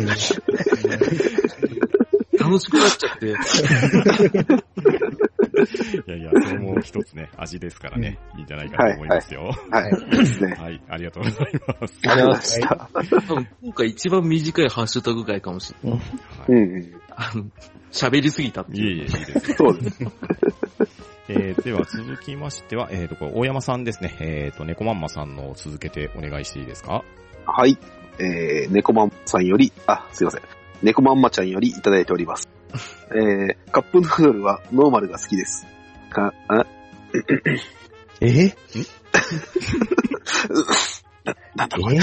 楽しくなっちゃって。いやいや、それも一つね、味ですからね、いいんじゃないかと思いますよ。はい。で すね。はい、ありがとうございます。ありました。多分今回一番短いハッシュタグ会かもしれない。はういんうあの、喋りすぎたっていえいう。いえ、いいです。ん。そうです。えー、では続きましては、えーと、これ大山さんですね。えーと、猫まんまさんのを続けてお願いしていいですかはい。えー、猫まんまさんより、あ、すいません。猫まんまちゃんよりいただいてお ります。えー、カップヌードルはノーマルが好きです。か、あ、えなんだえこれ。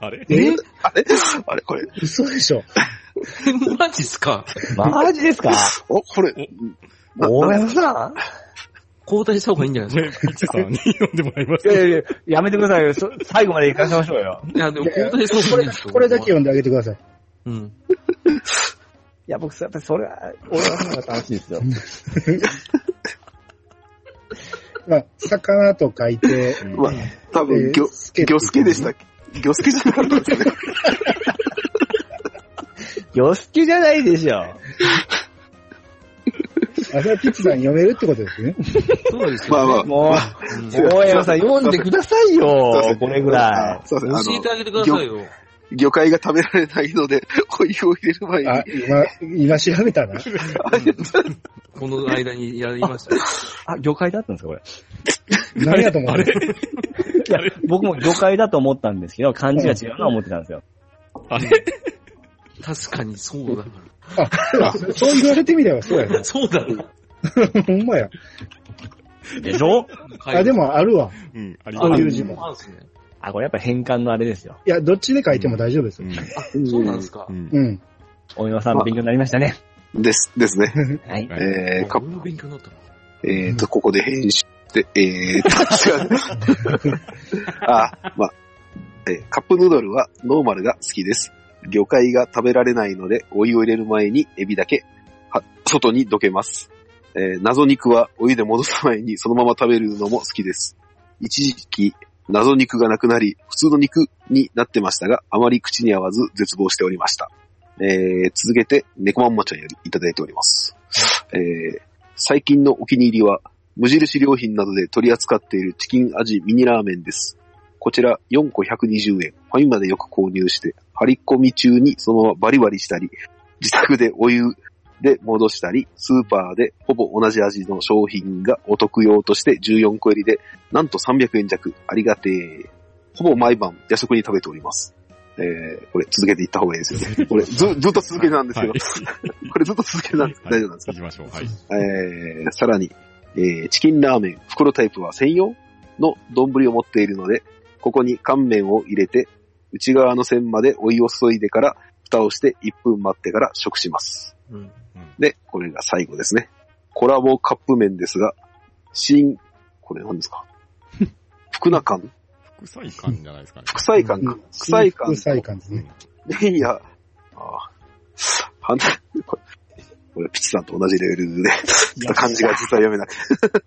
あれえあれあれこれ。嘘でしょ マジっすかマジですかお、これ。な大なん山さん交代した方がいいんじゃないね、ピッチさんに読んでもらいます いやいやいや、やめてくださいよ。そ最後まで行かせましょうよ。いや、でも交代した方こがいれ、いですよ。これだけ読んであげてください。うん。いや、僕、やっぱりそれは、大山さんが楽しいですよ。まあ、魚と書いて、うわ、多え分、ー魚、スケ魚介でしたっけ魚介じゃなかったですね。 よすきじゃないでしょ。あ、それはピッチさん読めるってことですね。そうですまよあね。まあ。もう。うん違う大山さん、読んでくださいすいませよん。これぐらあすいません。あ教えてあげてくださいよ。の、魚介が食べられないので、 お湯を入れる前に。あ、今、今調べたな。この間にやりましたよ。い。あ、魚介だったんですか、これ。何やと思あって。れ 僕も魚介だと思ったんですけど、漢字が違うな思ってたんですよ。あれ確かにそうだかあ、そう言われてみればそうやな。ら。そうだな。 ほんまや。 でしょあ、でもあるわ。うん、ありあ、こまうすいう字もあるんですね。あ、これやっぱ変換のあれですよ。いや、どっちで書いても大丈夫ですう。んそうなんですかう。ん。うん。大山さん勉強になりましたね。です、ですね。 はい。はいえー、あカ俺も勉強になったな。えーと、ここで編集して、えーと、違う。あ、まあ、えーカップヌードルはノーマルが好きです。魚介が食べられないので、お湯を入れる前にエビだけ、は、外にどけます。えー謎肉はお湯で戻す前にそのまま食べるのも好きです。一時期、謎肉がなくなり、普通の肉になってましたが、あまり口に合わず絶望しておりました。えー続けて、猫まんまちゃんよりいただいております。えー最近のお気に入りは、無印良品などで取り扱っているチキン味ミニラーメンです。こちら4個120円、ファミマでよく購入して、張り込み中にそのままバリバリしたり、自宅でお湯で戻したり、スーパーでほぼ同じ味の商品がお得用として14個入りで、なんと300円弱、ありがてえ。ほぼ毎晩夜食に食べております。えー、これ続けていった方がいいですよね。これず、ずっと続けてなんですけど、 これずっと続けてなんですけど、大丈夫なんですか行きましょう。はい。えーさらに、えーチキンラーメン袋タイプは専用の丼を持っているので、ここに乾麺を入れて、内側の線までお湯を注いでから、蓋をして1分待ってから食します。うん。で、これが最後ですね。コラボカップ麺ですが、新、これ何です か福菜館副菜館じゃないですかね。副菜館か。副菜館副菜館ですね。いや、あーはんこれ、これピチさんと同じレベルで、ちょっと漢字が実は読めなくて。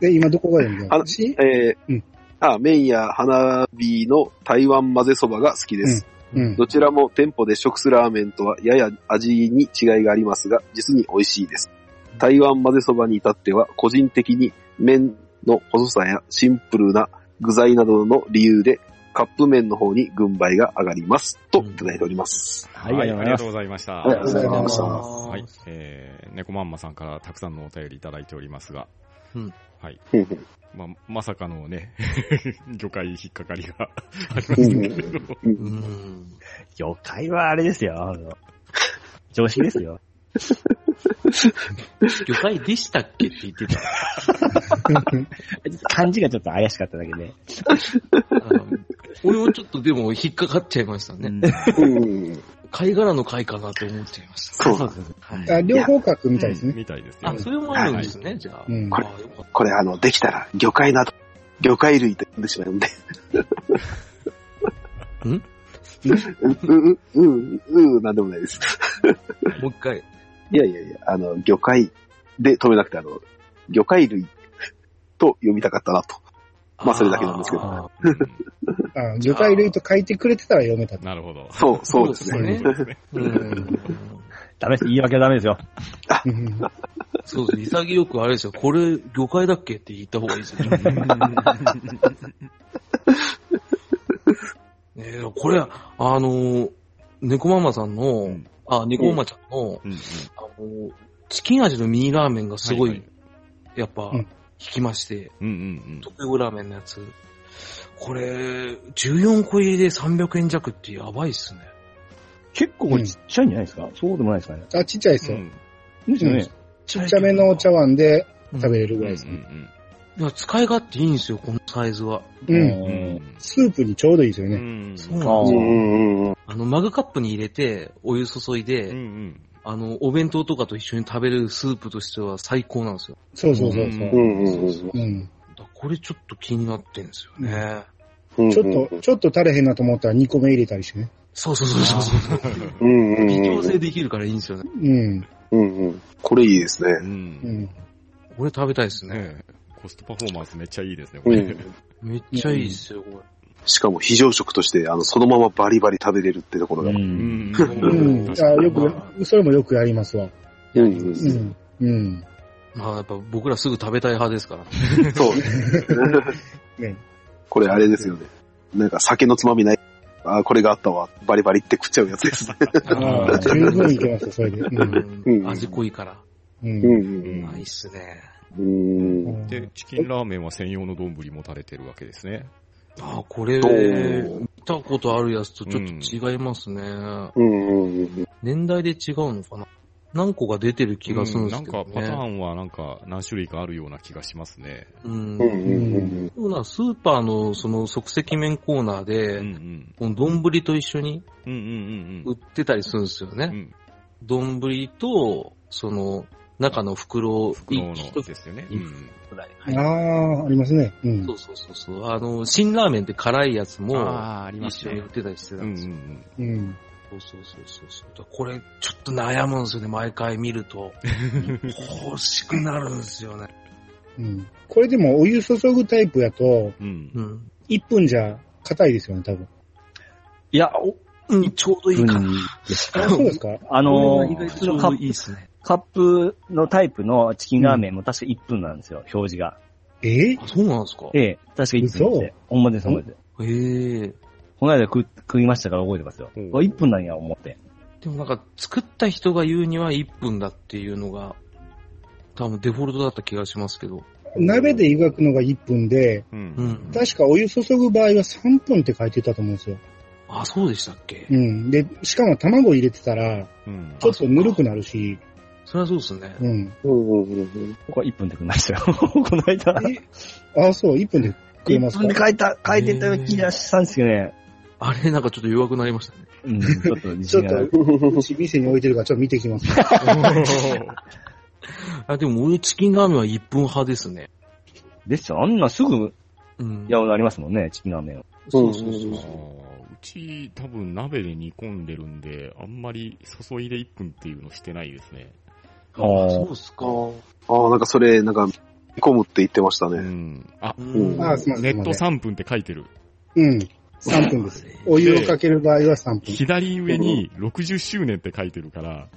で、今どこが読んでるあのしえーうんあ、麺や花火の台湾混ぜそばが好きです。うん。どちらも店舗で食すラーメンとはやや味に違いがありますが、実に美味しいです。台湾混ぜそばに至っては、個人的に麺の細さやシンプルな具材などの理由で、カップ麺の方に軍配が上がります。と、いただいております。は、はいあい、りあがりとうごがざいうとございました。ありがとうございましたは、はいえー、猫まんまさんからたくさんのお便りいただいておりますが、うんはい。うんうんまあ、まさかのね、 魚介引っかかりがありましたけれども、うーん。ます。魚介はあれですよ。あの常識です よ。魚介でしたっけって言ってた。漢字がちょっと怪しかっただけで。あの俺もちょっとでも引っかかっちゃいましたね。うん貝殻の貝かなって思っちゃいました。そうそうはいあ、両方書くみたいですね。みたいですよあ、。それもあるんですね、じゃあ。うんあよかっこれあの、できたら魚介など、魚介類と呼んでしまうんで。んうん、うん、うん、うん、なんでもないです。たもう一回。いやいやいや、あの、魚介で止めなくて、あの、魚介類と読みたかったなと。まあそれだけなんですけど。あうんあ魚介類と書いてくれてたら読めた。なるほど。そう、そうですね。そうですね。うん。ダメです。言い訳はダメですよ。うんそうですね。潔くあれですよ。これ、魚介だっけって言った方がいいですよね。ねえこれ、あの、猫ママさんの、んあ、猫ママちゃんの、うんあうんの、チキン味のミニラーメンがすごい、はいはやっぱ、うん引きまして、うんうん特用ラーメンのやつ。これ、14個入りで300円弱ってやばいっすね。結構これちっちゃいんじゃないですか、そうでもないですかね。あ、ちっちゃいですうよ。ん。ですよね。ちっちゃめのお茶碗でうん食べれるうんぐうらいんですね。いや使い勝手いいんですよ、このサイズは。うう。んうんスープにちょうどいいですようね。ん。そうなあんーですうよ。んうんうん。あの、マグカップに入れて、お湯注いで、うんうん。あの、お弁当とかと一緒に食べるスープとしては最高なんですよ。そうそうそうそうう。うんんうんうんうんうん。だこれちょっと気になってんですよね。うん。ちょっと、ちょっと足れへんなと思ったら2個目入れたりしてね。そうそうそうそうそう。うんうん微調う整ん。できるからいいんですよね。うん。うんうん。これいいですう。ね。うんん。これ食べたいですね。ねえコストパフォーマンスめっちゃいいですね、こうれ。ん。めっちゃいいですよ、これ。しかも非常食として、あの、そのままバリバリ食べれるってところう。が。うんんうん。あよく、それもよくやりますわ。うんう。うんうん。まあやっぱ僕らすぐ食べたい派ですから。ん。そうねね。これあれですよね。なんか酒のつまみない。ああ、これがあったわ。バリバリって食っちゃうやつですね。ああ、十分いけますよ、それで。うん。うん味濃いから。うんうんうんあいいっすね。うん。うん。で、チキンラーメンは専用の丼も垂れてるわけですね。あこれ、どう見たことあるやつとちょっと違いますね。うんうんうん。年代で違うのかな何個か出てる気がするんですけど、ねうんなんかパターンはなんか何種類かあるような気がしますね。うんうんうんうんそうなスーパーのその即席麺コーナーうで、んこの丼と一緒にうん。うんうんう売ってたりするんですよんうね。ん。丼と、その、中の袋袋の一ですよね。うんうんくらい。ああ、ありますね。うんそ。うそうそうそう。あの、辛ラーメンって辛いやつも、あ、あり一緒に売っ。てたりしてうたんうんんですよ。うん。そうそうそうそうそう。だからこれ、ちょっと悩むんですよね、毎回見る と。欲しくなるんですよね。うん。これでもお湯注ぐタイプやと、うん。ううんん。 1分じゃ硬いですよね、 多分。いや、うん、ちょうどいいかな。あそうですかあのー、ちょうどいいですね。カップのタイプのチキンラーメンも確か1分なんですよ、表示が。えあ、そうなんですかええ、確か1分で嘘す。ほんまです、ほんまです。へえ。この間食食いましたから覚えてますよ。うんうわ1分なんや、思って。でもなんか、作った人が言うには1分だっていうのが、多分デフォルトだった気がしますけど。鍋で湯がくのが1分で、うう。んん。確かお湯注ぐ場合は3分って書いてたと思うんですよ。あ、そうでしたっけうん。で、しかも卵入れてたら、うんちょっとぬるくなるし、それはそうですね。うん。うんうんうんこれ1分で食いましたよ。 この間。ああ、そう、1分で食えます1か分で書いた、書いてたような気がしたんですけどね。あれ、なんかちょっと弱くなりました ね。うん、ちょっと自ちょ信っがない。と、うち店に置いてるからちょっと見てきます。あ、でも俺チキンラーメンは1分派ですね。ですよ、あんなすぐ、うん。やうなりますもんね、チキンラーメン。そうそうそうあそう。ーうち、多分鍋で煮込んでるんで、あんまり注いで1分っていうのしてないですね。あーあそうっすか。ああ、なんかそれ、なんか、煮込むって言ってましたうね。ん。あ、うんああ、すみまネせん。ット3分って書いてる。うん。3分です。お湯をかける場合は3分。左上に60周年って書いてるから、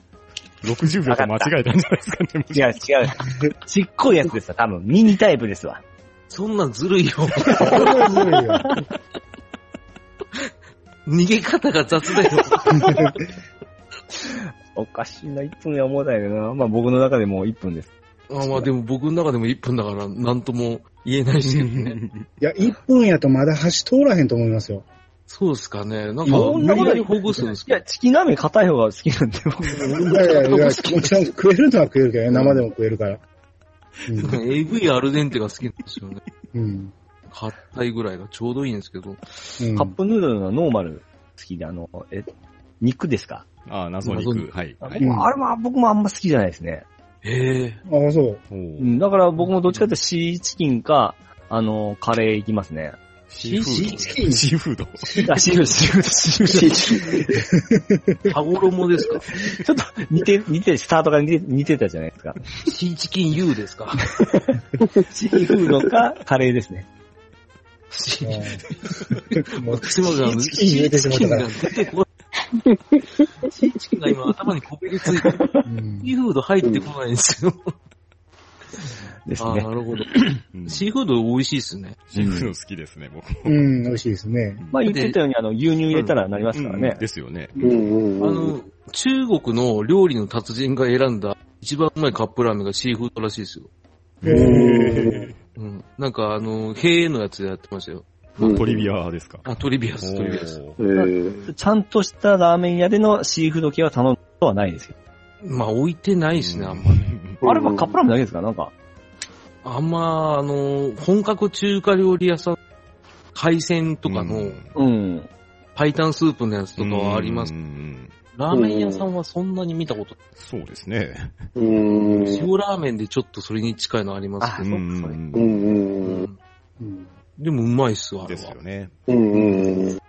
60秒と間違えたんじゃないですかね。違う、違う。ちっこいやつですわ、多分。ミニタイプですわ。 そんなんずるいよ。これはずるいよ逃げ方が雑だよ。 おかしいな、1分や思うたんやけどな。まあ僕の中でもう1分です。あまあでも僕の中でも1分だから何とも言えないですけどね。いや、1分やとまだ箸通らへんと思いますよ。そうですかね。なんいかやそんな無理やことないりほぐすんですいかや、チキンラーメン硬い方が好きなんで、僕。いやいやいや、もちろん食えるのは食えるけどね、生でも食えるから。うんえぐいアルデンテが好きなんですよね。うん。硬いぐらいがちょうどいいんですけど。うんカップヌードルのノーマル好きで、あの、え、肉ですかああ、謎謎肉肉。はい。あ,、はいうんあれも、僕もあんま好きじゃないですね。へえ。ああ、そう。おーうん、だから僕もどっちかっていうとシーチキンか、あの、カレーいきますね。シーフシーチキード。ンシーフード。あ、シーフー ド、シーフード、シ ーフード。羽衣ですかちょっと似て、似て、スタートが似て似てたじゃないですか。シーチキン U ですかシーフードか、カレーですね。チキンうんもう私もじゃん、チキン入れてしまったからチキンが出てこない。チキンが今頭にこびりついて、うんシーフード入ってこないんですよ。ですああ、ねな。るほど。うんシシーフード美味しいですね。ーフード好きですね、僕も。うん、美味しいですね。まあ言ってたように、あの、牛乳入れたらなりますからうねん。ですよね。うんうんあうんの、中国の料理の達人が選んだ一番うまいカップラーメンがシーフードらしいですよ。へえーうん。なんかあの、平のやつでやってましたよ。うんトリビアですか。あ、トリビアス、トリビアス。おーえーちゃんとしたラーメン屋でのシーフード系は頼むことはないですよ。まあ置いてないですね、あんま。あれはカップラーメンだけですかなんか。あんま、あの、本格中華料理屋さん、海鮮とかうの、んうん。白湯スープのやつとかはありますう。んラーメン屋さんはそんなに見たことない。そうですね。うんうん塩ラーメンでちょっとそれに近いのありますけど。あそうかんそれううんんうんうんんうんでもうまいっすわ、あれですよは。ね。うんうんうんあ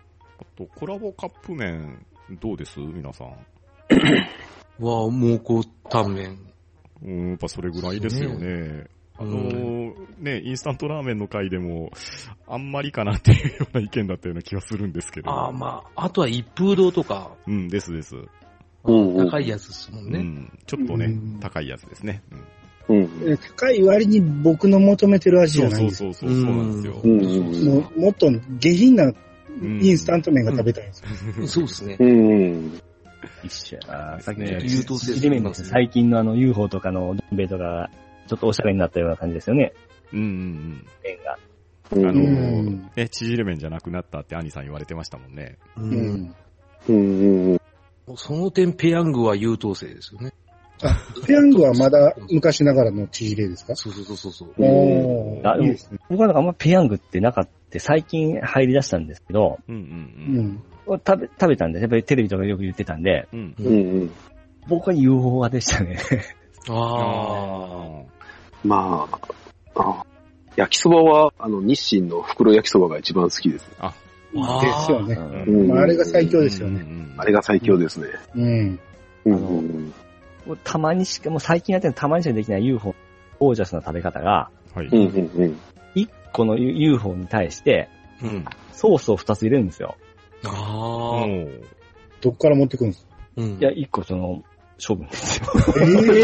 と、コラボカップ麺、どうです皆さん。わあ、蒙古タンメン。うん、やっぱそれぐらいですよね。あのーね、インスタントラーメンの回でも、あんまりかなっていうような意見だったような気がするんですけど。ああ、まあ、あとは一風堂とか、うん、ですです。うんうん高いやつですもんうね。ん、ちょっとね、うん高いやつですね。うんうんえ高い割に僕の求めてる味じそゃうないそんうですそよ。うそう、そうなんですよ。うんうんもうもっと下品なインスタント麺が食べたいんですよ。そうですねう。ん一緒やな。さっきねの優等生一面ですね。最近のあの UFO とかのどん兵衛とかが、ちょっとおしゃれになったような感じですよね。うんうん麺が。ううん。あのんー、ね、縮れ麺じゃなくなったって兄さん言われてましたもんね。う。うんんうんうんその点、ペヤングは優等生ですよね。ペヤングはまだ昔ながらの縮れですかそうそうそうそう。うんおあー、いいですね。僕はなんかあんまペヤングってなかった、最近入り出したんですけど、うんううんん。食べ、食べたんで、やっぱりテレビとかよく言ってたんで、うん。うん。うんうん僕は UFO がでしたね。ああ。まあ、あ焼きそばは、あの、日清の袋焼きそばが一番好きです。あーですようね。んうんまあ、あれが最強ですようね。んうんあれが最強ですね。うん。うんうんもうたまにしか、もう最近やってるのたまにしかできない UFO、ゴージャスな食べ方が、はい。うん。うんうん1個の UFO に対して、うん。ソースを2つ入れるんですよ。ああ。おーどっから持ってくるんですかうんいや、1個その、処分ですよ。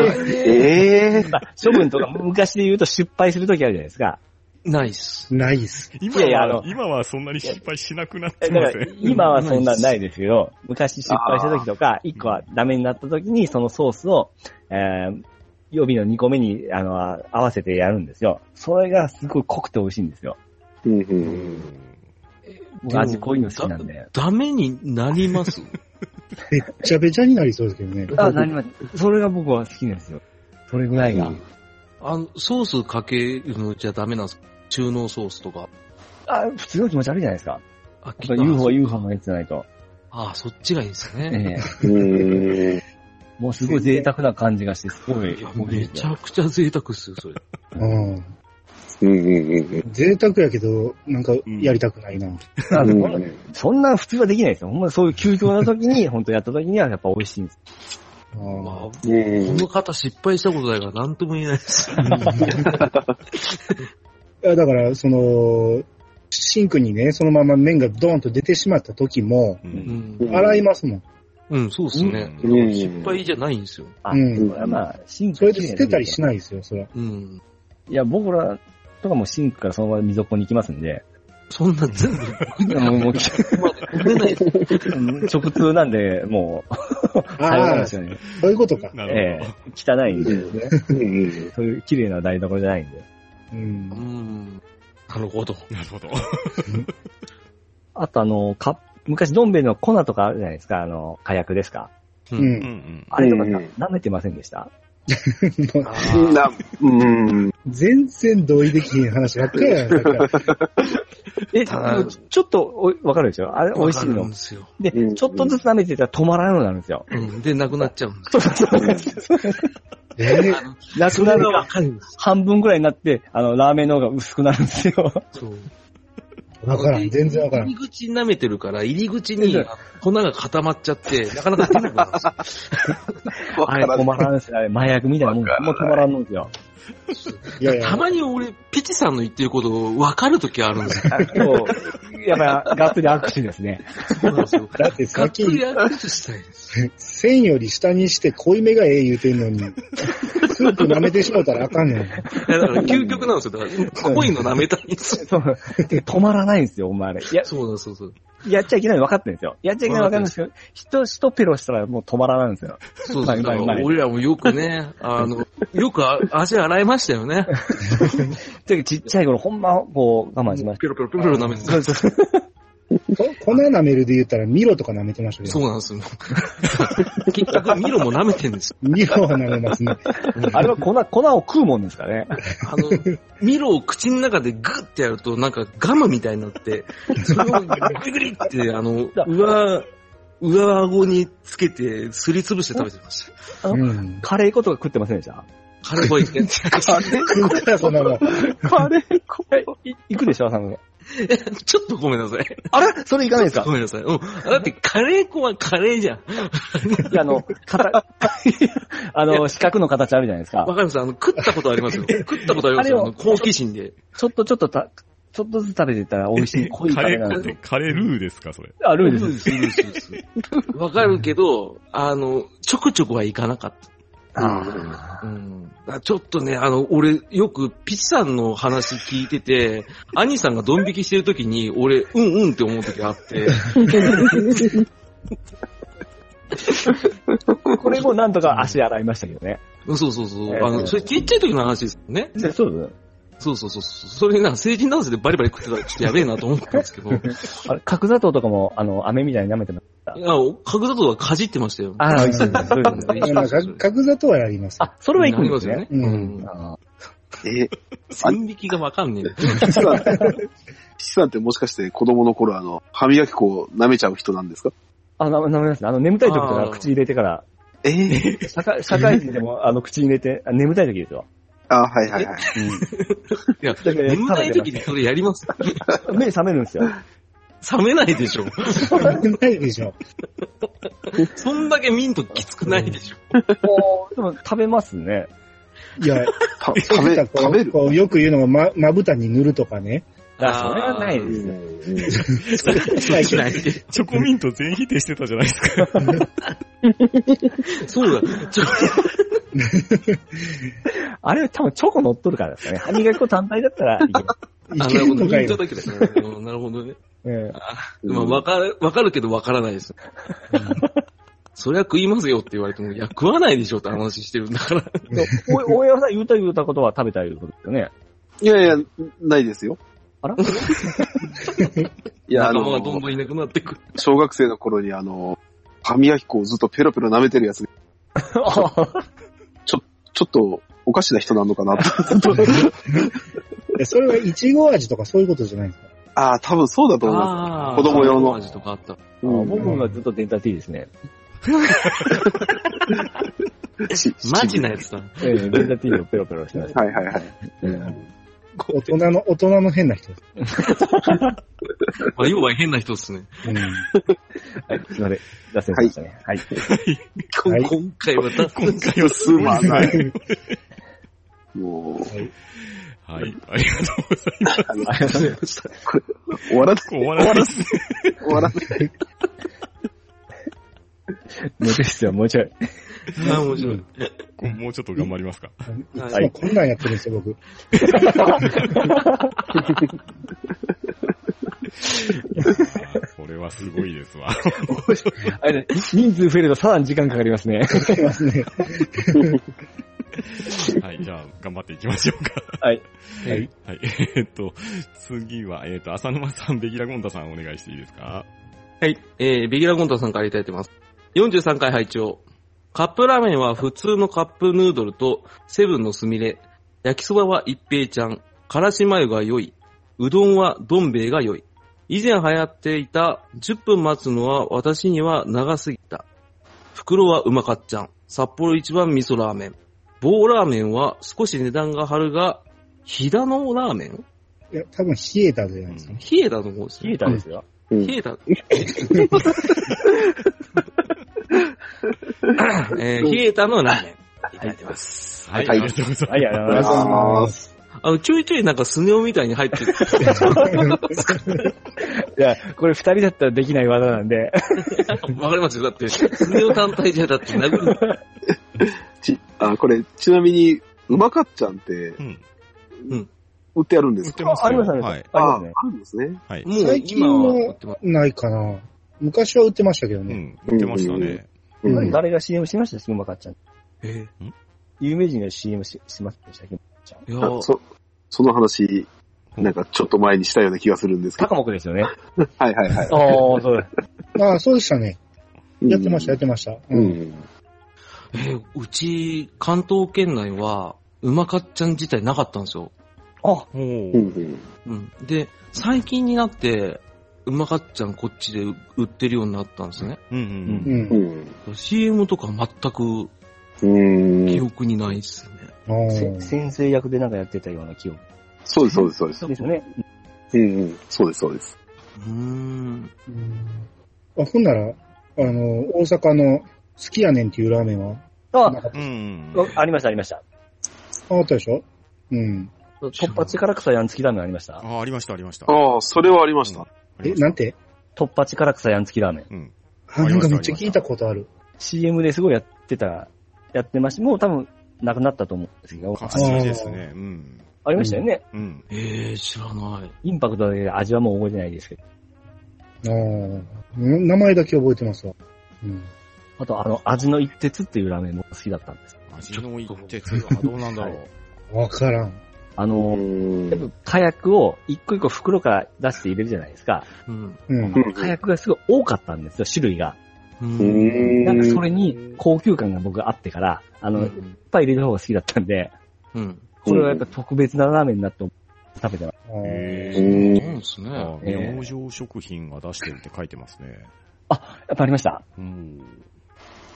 ええまあ処分とか、昔で言うと失敗するときあるじゃないですか。ないっす。ないです。今いやいやあの、は今はそんなに失敗しなくなっだてかまらせん。今はそんなんないですけど、昔失敗した時とか、1個はダメになった時に、そのソースを、えー予備の2個目に、あの、合わせてやるんですよ。それがすごい濃くて美味しいんですよ。うんううんん僕味濃いの好きなんで。ダメになります。 べっちゃべちゃになりそうですけどね。あ、なります。それが僕は好きなんですよ。それぐらいが。あの、ソースかけるのじゃダメなんですか中濃ソースとか。あ、普通の気持ち悪いじゃないですか。あ、やっぱ UFO、UFO のやつじゃないと。あ、そっちがいいんですえね。えうん。もうすごい贅沢な感じがして、すごいいや、美味めしいですちよ。ゃくちゃ贅沢っすよ、それ。うん。うんうんうん贅沢やけど、なんかやりたくないな。あのうん。ほんまそんな普通はできないですよ。ほんまそういう究極の時に、 本当やった時にはやっぱ美味しいんです。まあ、あこうんの方失敗したことないから何とも言えないです。ーいやだから、その、シンクにね、そのまま麺がドーンと出てしまった時も、う。うんん。うん洗いますもん。うん、そうっすね。ううん失敗じゃないんですよ。あ、うんそれはまあ、シンクそれで捨てたりしい。ないですよ、それは。うん。いや、僕らとかもシンクからそのまま溝っこに行きますんで、そんな全部もうもう出ないです。直通なんで、もう、さよならあであ、すそよね。ういうことか。なえるほど。え汚いんで、うんうんそういう綺麗な台所じゃないんで。う。うんん。なるほど。なるほど。あとあの、カップ昔、どん兵衛の粉とかあるじゃないですか、あの、火薬ですか。うう。うんん。うん。あれとかうんな舐めてませんでしたもううん。な、うん。全然同意できへん話ばっかり やなだからえ、ただちょっとお、わかるでしょあれ、美味しわいかるんので。すよ。で、うんちょっとずつ舐めてたら止まらんようになるんですよ。うん。で、なくなっちゃうんですそうそうそう。えーなくなるわがかるんです。半分くらいになって、あの、ラーメンの方が薄くなるんですよ。そう。わからん、全然わからん入。り口舐めてるから、入り口に粉が固まっちゃって、なかなか出なくなるんですよ。あわかれらん止まらんですよ。あれ、麻薬みたいなもん。もう止まらんのですよ。いやいやた、まに俺、ピチさんの言ってること分かるときあるんですよ。今日、やっぱ、がっつり握手ですね。そうなんですよ。だってがっつ先、り握手したいです。線より下にして濃いめがええ言うてんのに、 スープ舐めてしまったらあかんねん。いやだから究極なんですよ。だから、濃いの舐めたいんですよ。そう。止まらないんですよ、お前あれ。や、そうなんですそうそう。やっちゃいけないの分かってるんですよ。やっちゃいけないの分かってるんですけど、ひと、ひとペロしたらもう止まらないんですよ。そうはでいす。だかうまらいうまい俺らもよくね、あの、よくあ足洗いましたよね。でちっちゃい頃、ほんま、こう、我慢しましペロペロペロペロ舐めてた。た。そうそうこ粉舐めるで言ったらミロとか舐めてましたけそど、うなんですよ。 結局、ミロも舐めてんですよ。ミロは舐めますね。あれは粉、粉を食うもんですかね。あ の、ミロを口の中でグッてやると、なんかガムみたいになって、それをグリグリって、あの、上、上顎につけて、すりつぶして食べてました。うん。カレー粉とか食ってませんでしたカレーボイ って。カレー食うからそんなもん。カレー粉い行くでしょ、サムちょっとごめんなさい。あれそれ行かないですかごめんなさい。うん。だって、カレー粉はカレーじゃん。いや、あの、形、あの、四角の形あるじゃないですかわ。かりますあの、食ったことありますよ。食ったことありますよ。ああれのを好奇心で。ちょっとちょっとた、ちょっとずつ食べていったら美味しい濃いカカレレーーなん粉っですよて。カレールーですか、それ。あ、ルールそでうす。です、そうですそうです。わかるけど、あの、ちょくちょくはいかなかった。あうんちょっとね、あの、俺、よく、ピチさんの話聞いてて、アニさんがドン引きしてるときに、俺、うんうんって思うときあって、 ーこれもなんとか足洗いましたけどね。そうそうそう、ええあの、それちっちゃい時の話ですよね。そうそうそうそうそう。それなんか成人男性でバリバリ食ってたら、ちょっとやべえなと思ったんです けど、あれ、角砂糖とかも、あの、飴みたいに舐めてます。いや、角砂糖はかじってましたよ。あー、美味しいですねそういうのあの角角砂糖はやります。あ、それは行くんですなねり。ますよね。うんうん。あえ、線引きがわかんねえ。岸さん、岸さんってもしかして子供の頃あの、歯磨き粉を舐めちゃう人なんですかあ、な舐めますね。あの、眠たい時とあかー口入れてから、ええ社会社会人で も、あの、口に入れて、あ眠たい時ですよ。あ、はいはいはい。いや、だけど眠たい食べ時てにそれやりますます目覚めるんですよ。冷めないでしょ。食べないでしょ。そんだけミントきつくないでしょ。でも、食べますね。いや、た 食べ、食べるこうよく言うのがま、まぶたに塗るとかね。あ、それはないでうすね。んそっちないで。チョコミント全否定してたじゃないですか。そうだ。ちょあれは多分チョコ乗っとるからですかね。歯磨き粉単体だったらい けます、あ、いけなるるほど。のかミンよト。だけですね。うんなるほどね。うんまあ、わかる、わかるけどわからないです。そりゃ食いますよって言われても、いや、食わないでしょって話してるんだから。でお大山さん言うた言うたことは食べたいうことですよね。いやいや、ないですよ。あ らいや、あ仲間がどんの、どんいなくなってくる。小学生の頃にあの、歯磨き粉をずっとペロペロ舐めてるやつ、ちょっとおかしな人なのかなと。 えそれはイチゴ味とかそういうことじゃないんですかああ、多分そうだと思いまあー子供用の味とかあった。あす。うん僕はずっとデンタティーですね。マジなやつだ。ええデンタティーをペロペロしてました。はいはいはい。大人の、大人の変な人。まあ、要は変な人ですね。うんはい、すいません。脱線しましたね。はい。今はい今回はだ、今回はすすごい。まない。もう、はい。ありがとうございます。ありがとうございます終わらない、終わらないですね。終わらない。 もうちょいですよ、もうちょい。ああ、面白い。もうちょっと頑張りますか。いつはもいこんなんやってるんですよ、僕。これはすごいですわ。あれね、人数増えるとさらに時間かかりますね。やってますね。はい。じゃあ、頑張っていきましょうか。はい。はい。はい。えーっと、次は、えーっと、浅沼さん、ベギラゴンタさんお願いしていいですかはい。えー、ビギラゴンタさんからいただいてます。43回拝聴カップラーメンは普通のカップヌードルとセブンのすみれ。焼きそばは一平ちゃん。からしマヨが良い。うどんはどん兵衛が良い。以前流行っていた10分待つのは私には長すぎた。袋はうまかっちゃん。札幌一番味噌ラーメン。棒ラーメンは少し値段が張るが、ひだのラーメンいや、多分冷えたじゃないですか。冷えだの方です冷ねえ。たんですよ。冷 えた。えー、冷えたのラーメン。いただいてます。はい、はいありがとうございます。はい、ありがとうございます。ます。あの、ちょいちょいなんかスネ夫みたいに入ってる。いや、これ二人だったらできない技なんで。 わかりますよ。だって、スネ夫単体じゃ、だって殴る。 ち、あ、これ、ちなみに、うまかっちゃんって、うん。売ってあるんで売すってかますよ。あありますありますはい。あありますねあるんですね。はい。もう最近今は売はってます。ないかな。昔は売ってましたけどうね。ん。売ってましたね。うんうん誰が CM しましたすぐまかっちゃん。え有名人が CM ししましたっけーいやあそ、その話、なんかちょっと前にしたような気がするんですけど。高木ですよね。はいはいはあい。あ、そうです。ああ、そうでしたね。やってました、やってました。ううん。ん。えーうち、関東圏内は、うまかっちゃん自体なかったんですよ。あ、おーうんうん。うん。で、最近になって、うまかっちゃんこっちで売ってるようになったんですね。うんうんう。うん。うんん。 CM とか全くうん記憶にないですね。ああせ先生役でなんかやってたような記憶そうです、そうです、そうです。ですよね。うんうん。そうです、そうです。うーん。うんあ、ほんなら、あの、大阪の好きやねんっていうラーメンは、あ、なかったうん。わありました、ありました。ああったでしょうん。突発からくさやんつきラーメンありました。あ、ありました、ありました。ああ、それはありました。ありえ、ましたなんて突発からくさやんつきラーメン。うん。あ、なんかめっちゃ聞いたことある。 CM ですごいやってた、やってました。もう多分、なくなったと思うんですけど。かすりですね。うん。ありましたよね。うん。えー、知らない。インパクトで味はもう覚えてないですけど。ああ、うん名前だけ覚えてますわ。うん。あと、あの、味の一徹っていうラーメンも好きだったんです。味の一徹はどうなんだろう。わからん。あうの、んやっぱ火薬を一個一個袋から出して入れるじゃないですか。うん。うん。火薬がすごい多かったんですよ、種類が。う。うんん。なんかそれに高級感が僕あってから、あの、いっぱい入れる方が好きだったんで、うん。これはやっぱ特別なラーメンになって食べてます。あーへう。ーそうんですね。ああえー明星食品が出してるって書いてますね。やっぱありましたうん。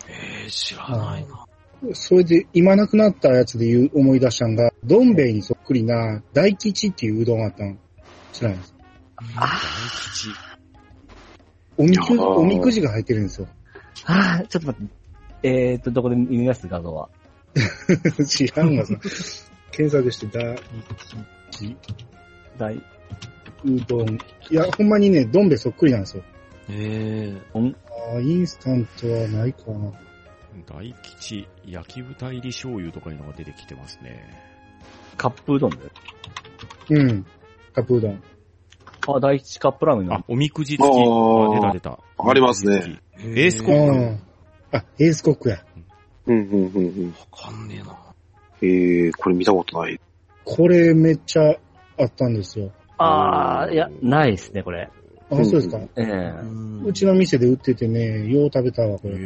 えー、知らないな。それで、今なくなったやつで言う思い出したんが、どん兵衛にそっくりな、大吉っていううどんあったん知らないです。あおみいく、やーおみくじが入ってるんですよ。 あー、ちょっと待って。えーと、どこで見ます画像は。知らんわ、さ。検索して、大大、うどん。いや、ほんまにね、どん兵衛そっくりなんですよ。えー、あーインスタントはないかな。大吉、焼き豚入り醤油とかいうのが出てきてますね。カップうどんだよ。うん。カップうどん。あ、第一カップラーメンのあ、おみくじ付き。ああ、ー出た出た。ありますね。エースコうッん。あ、エースコックや。うんうんうんうん。わかんねえな。ええ、これ見たことない。これめっちゃあったんですよ。あー、いや、ないですね、これ。あ、そうですか。うんええうちの店で売っててね、よう食べたわ、こプ。れ。へ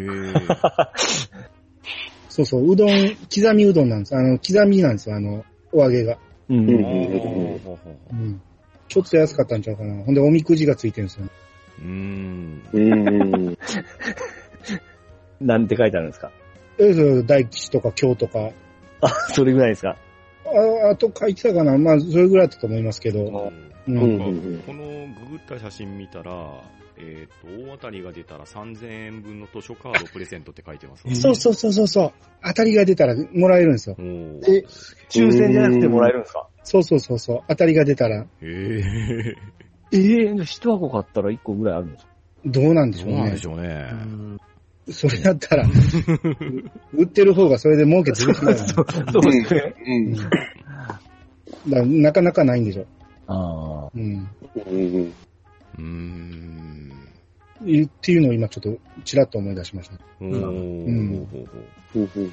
そうそう、うどん、刻みうどんなんです。あの、刻みなんですよ、あの、お揚げが。うーん。ほうほうほうう。んちょっと安かったんちゃうかな。ほんで、おみくじがついてるんですよ、ね。うーん。うん。なんて書いてあるんですかえ、そう、大吉とか京とか。あ、それぐらいですかあ、あと書いてたかな。まあ、それぐらいだったと思いますけど。う。なんんかうんうんうん、このググった写真見たら、えっ、と、大当たりが出たら3000円分の図書カードプレゼントって書いてますね。そうそうそうそうそう。当たりが出たらもらえるんですよ。おーえ抽選じゃなくてもらえるんですかそうそうそうそう。当たりが出たら、へええー、一箱買ったら一個ぐらいあるんですかどうなんでーしそょううなんねでし。ょうね。それだったら、 う売ってる方がそれで儲けてるからそうそうですね。うん。だからなかなかないんでしょ。ああ。うん。うん。うーん。いっていうのを今ちょっとちらっと思い出しました。おんーうんほうほううんうんほう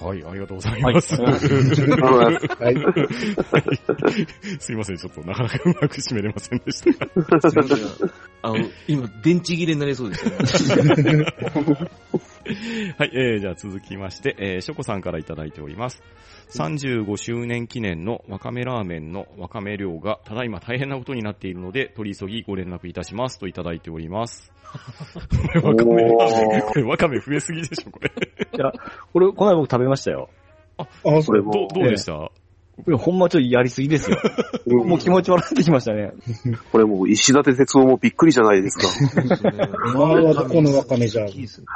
はい、ありがとうございます。はいはい。 すいません、ちょっとなかなかうまく締めれませんでした。あの、今、電池切れになりそうですよ。はい、えー、じゃあ続きまして、えー、ショコさんからいただいております。35周年記念のわかめラーメンのわかめ量がただいま大変なことになっているので、取り急ぎご連絡いたしますといただいております。これわかめ、これわかめ増えすぎでしょ、これ。これ、この前僕食べましたよ。あ、そこれれ。もどう、どうでしたこれほんまちょっとやりすぎですよ。 もう気持ち悪くなってきましたね。これもう石立哲夫もびっくりじゃないですか。はどこのワカメじゃいいですね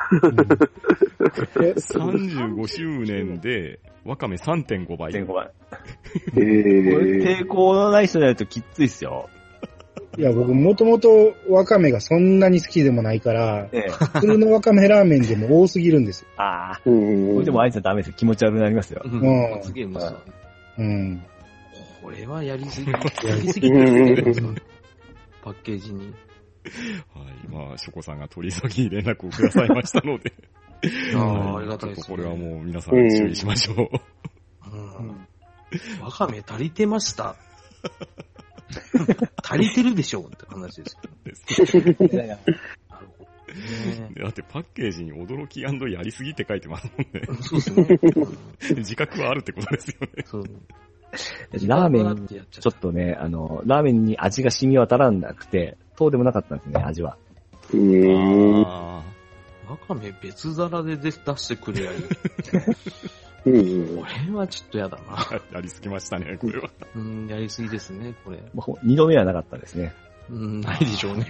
え35周年で、ワカメ3.5倍。 1.5倍。こえれえ抵抗のない人じゃないときっついっすよ。 いや、僕、もともとワカメがそんなに好きでもないから、ええ。普通のワカメラーメンでも多すぎるんですよ。 ああ。うんこうれんでもあいつはダメですよ。気持ち悪くなりますよ。うん罰ゲームさうん。これはやり すぎ、やりすぎって言ってるんですかパッケージに。はい。まあ、ショコさんが取り急ぎ連絡をくださいましたので。 あはいあ、ありがたいです、ちょね。っとこれはもう皆さん注意しましょう。うん。わかめ足りてました足りてるでしょうって話ですけど。なるほど、ね。 だってパッケージに驚きやりすぎって書いてますもんね。 そうですね。自覚はあるってことですよね。そうラーメわーっン、てやっちゃちょっとね、あの、ラーメンに味が染み渡らなくて、そうでもなかったんですね、味は。うんあうわかめ別皿で出してくれやいい。うんこれはちょっとやだな。あ、やりすぎましたね、これは。うん、やりすぎですね、これ。もうほ二度目はなかったですね。うん、ないでしょうね。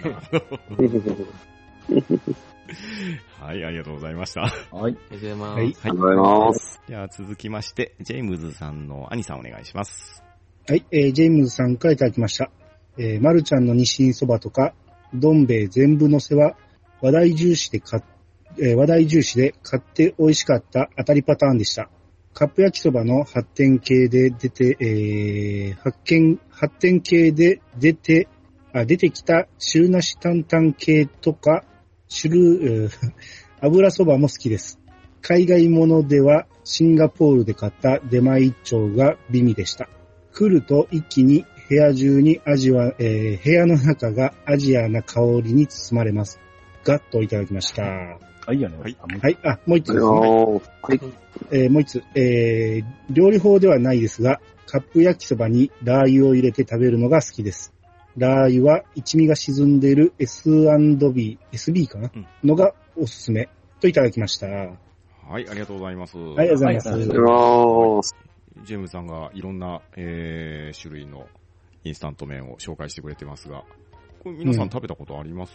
はい、ありがとうございました。 はい。ありがとうございます。はあいりがとうございます。じゃあ続きまして、ジェームズさんの兄さんお願いします。はい、えージェームズさんからいただきました。えー、まるちゃんの日清そばとか、どん兵衛全部のせは、話題重視で買っ、えー話題重視で買って美味しかった当たりパターンでした。カップ焼きそばの発展系で出て、えー発見、発展系で出て、あ、出てきた汁なし担々系とか、汁、えー 油そばも好きです。海外ものではシンガポールで買った出前一丁が美味でした。来ると一気に部屋中にアジア、えー部屋の中がアジアな香りに包まれます。ガッといただきました。はあ、いいよね。はいあもうい、あ、もう一つありがですとうね。ございますはい。えーもう一つ、えー料理法ではないですが、カップ焼きそばにラー油を入れて食べるのが好きです。ラー油は一味が沈んでいる S&B、SB かな、うんのがおすすめ。といただきました。ははい、ありがとうございます。い、ありがとうございます。ありがありがとうございます。ジェームズさんがいろんな、えー、種類のインスタント麺を紹介してくれてますが、これ皆さん食べたことあります、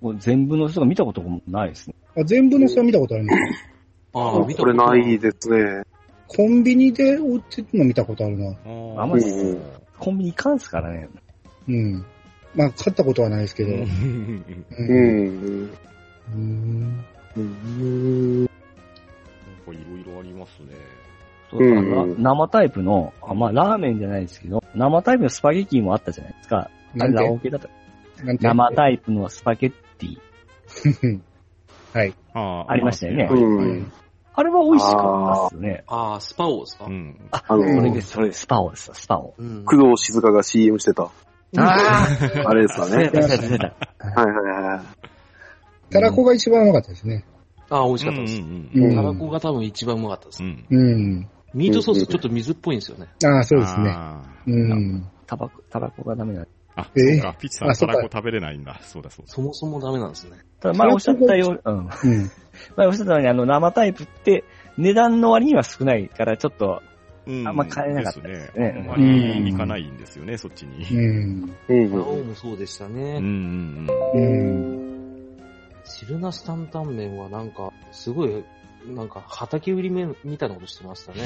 もう全部の人が見たこともないですね。あ全部の人は見たことあります。ああ、見たこれないですね。コンビニで売ってるの見たことあるな。ーあんまりうんコンビニ行かんすからね。うん。まあ、買ったことはないですけど。う。うんなんん。かいろいろありますね。そううんあの生タイプの、あまあ、ラーメンじゃないですけど、生タイプのスパゲッティもあったじゃないですか。あなれ、んラてオケだった。なんて生タイプのスパゲッティ。ああありましたよねうん。あれは美味しかったっすよね。ああ、スパオ、スパオ。うん。あそれので、、す、それです。スパオです、スパオ。うん工藤静香が CM してた、あああれで すかね。出た出た。はいはいはい。たらこが一番うまかったですね。ああ、美味しうかっんうたんです。うんうんたらこが多分一番うまかったですう。ん。うん。ミートソースちょっと水っぽいんですよね。ああ、そうですね。あうん。タバコ、タバコがダメなんでー。あ、えーそうか、ピッチさん、あたそっからこ食べれないんだ。そうだそうだ。そもそもダメなんですね。ただ、前おっしゃったよう、うん。うん。前おっしゃったように、あの、生タイプって、値段の割には少ないから、ちょっと、うんあんま買えなかったでですすねね。あんまり行かないんですよね、そっちうに。ん。うんパオもそうでしたうんうね。んうん。汁なし担々麺はなんか、すごい、なんか、畑売り麺みたいなことしてましたね。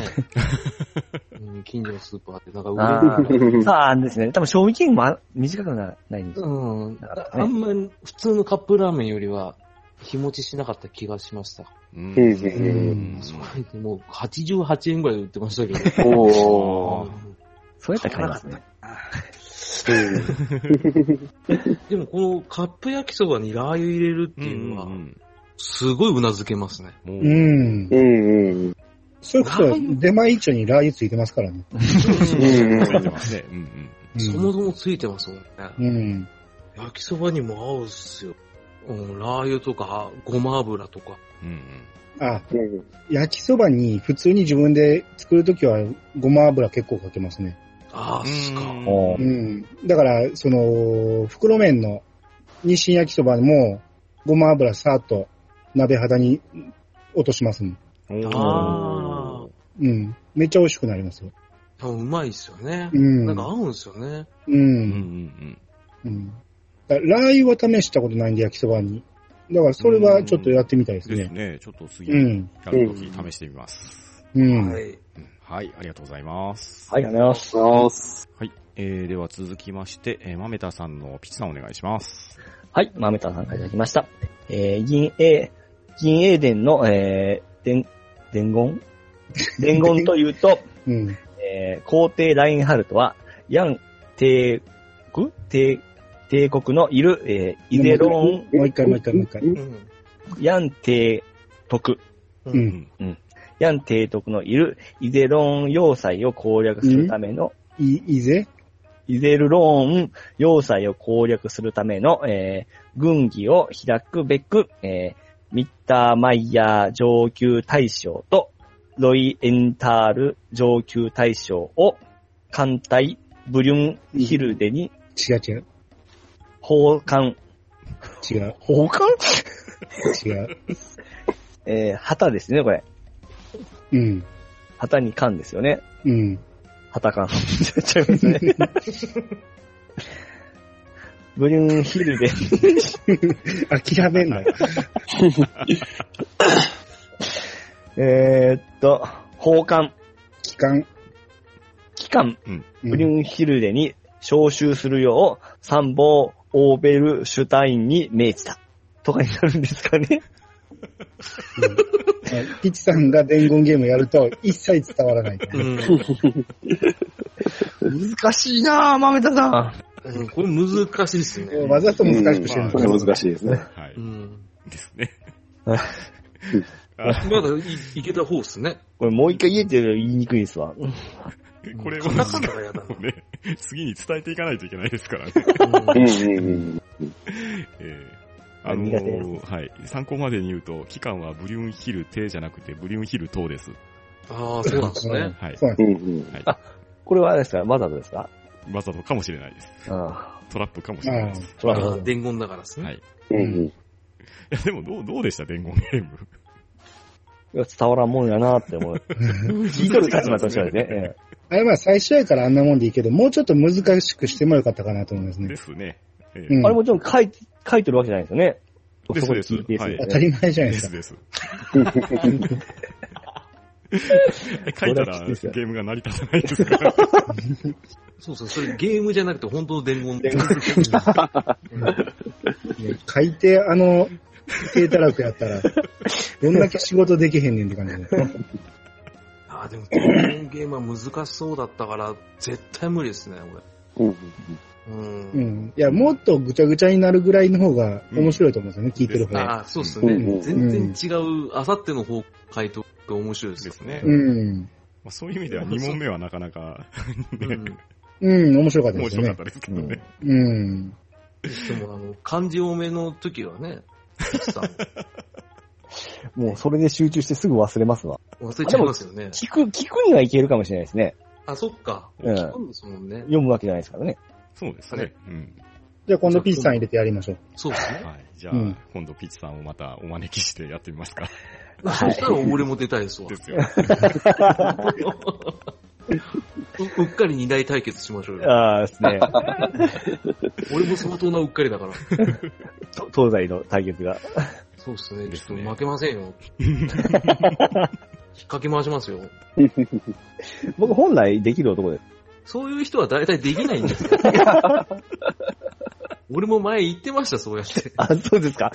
うん近所のスーパーで、なんか売れるうん さあ、ですね。多分、賞味期限もあ短くなないんですよ。うん。あんまり普通のカップラーメンよりは、日持ちしなかった気がしました。うんううんん。うんそれでもう88円ぐらいで売ってましたけど。おー。そうやったら買いますね。でもこのカップ焼きそばにラー油入れるっていうのは、すごいうなずけますね。もうう、うん。んうん。そういうことは、出前一丁にラー油ついてますからね。うんついてますね。うんうん。うんそもそもついてますもんね。うん。焼きそばにも合うっすよ。うん、ラー油とか、ごま油とか。うんあ、うん焼きそばに普通に自分で作るときはごま油結構かけますね。あうー、すか。ん。おーうん。だから、その、袋麺の日清焼きそばもごま油さーっと鍋肌に落としますもん。おーあーうん。めっちゃ美味しくなりますよ。多分うまいっすよね。うん。なんか合うんすよね。ううんうんん。うん。うん。だからラー油は試したことないんで、焼きそばに。だから、それはちょっとやってみたいですですね。ね。ちょっと次、うやん。るとき試してみます。うん。はい。うんはい、ありがとうございます。はい、ありがとうございます。あす。はい。えー、では続きまして、えー、まめたさんのピチさんお願いします。はい、マメタさんからいただきました。えー、銀英、銀英伝の、えー、伝、伝言伝言というと、 うん。えー、皇帝ラインハルトは、ヤン帝国帝帝国のいる、えー、イゼロン、もう一回、もう一回、もう一回。うん。ヤン帝徳、う。うんん。ヤン帝徳のいるイゼロン要塞を攻略するための、いい、いいぜ。イゼルローン要塞を攻略するための、えー軍議を開くべく、えーミッターマイヤー上級大将とロイ・エンタール上級大将を艦隊ブリュンヒルデに違う違う。奉還、違う。奉還違う。えー旗ですね、これ。うん。旗に艦ですよね。うん。旗艦。ちゃいますね。ブリュンヒルデ諦めんなよ。えーっと、奉還、期間。機関うんブリュンヒルデに招集するよう、参謀オーベルシュタインに命じた。とかになるんですかね。はいピチさんが伝言ゲームやると一切伝わらない。うん。難しいなぁ、豆田さん。うんこれ難しいっすね。わざと難しくしてるうんのこれ難しいですね。はい。うん。ですね。あまだいいけた方っすね。これもう一回言えって言いにくいですわ。これをカタカナが嫌だな。ね、次に伝えていかないといけないですからね。ううんんうんうん。えーああの苦手でーはい。参考までに言うと、期間はブリュンヒル帝じゃなくて、ブリュンヒル党です。ああ、そうなんですね。はい。そうなんでうんうん。これはあれですかわざとですかわざとかもしれないです。ああ、トラップかもしれないです。そらあー伝言だからですはいね。うんうん。いや、でもどう、どうでした伝言ゲーム。伝わらんもんやなって思う。聞いとる立場としてはですね。ええあれは最初やからあんなもんでいいけど、もうちょっと難しくしてもよかったかなと思いますねで。すね。えーうんあれもちろん書い書いてるわけじゃないですよね。でそすこに聞いてでする当んたでり前じゃないでですすか。です。書いたらゲームが成り立たないですから。そうそう、それゲームじゃなくて本当の伝言。伝ね書いて、あの、低たらくやったら、どんだけ仕事できへんねんって感じで。 ああ、でも伝言ゲームは難しそうだったから、絶対無理ですね、うんうん俺。う。うんん。いや、もっとぐちゃぐちゃになるぐらいの方が面白いと思うんですよね、聞いてる方が。ああ、そうっすうんうね。ん全然違う、あさっての方回答が面白いでですすね。うん。まあ、そういう意味では2問目はなかなか、ねうん。うん、面白かったで面すよ白かった。ねですけどね。うん。でも、あの、漢字多めの時はね、さもうそれで集中してすぐ忘れますわ。忘れちゃいますよね。聞く、聞くにはいけるかもしれないですね。あ、そっか。うん聞くんですもんね。読むわけじゃないですからね。そうですね。うん。じゃあ今度ピーチさん入れてやりましょう。そうですね。はい。じゃあ、うん今度ピッチさんをまたお招きしてやってみますか。そしたら俺も出たいですわで。すよ。ううっかり二大対決しましょうよ。ああ、です ね。俺も相当なうっかりだから。と東西の対決が。そうですね。でちすょっねと負けませ んよ。引っかけ回しますよ。僕本来できる男です。そういう人は大体できないんですよ。俺も前言ってました、そうやって。あ、そうです か。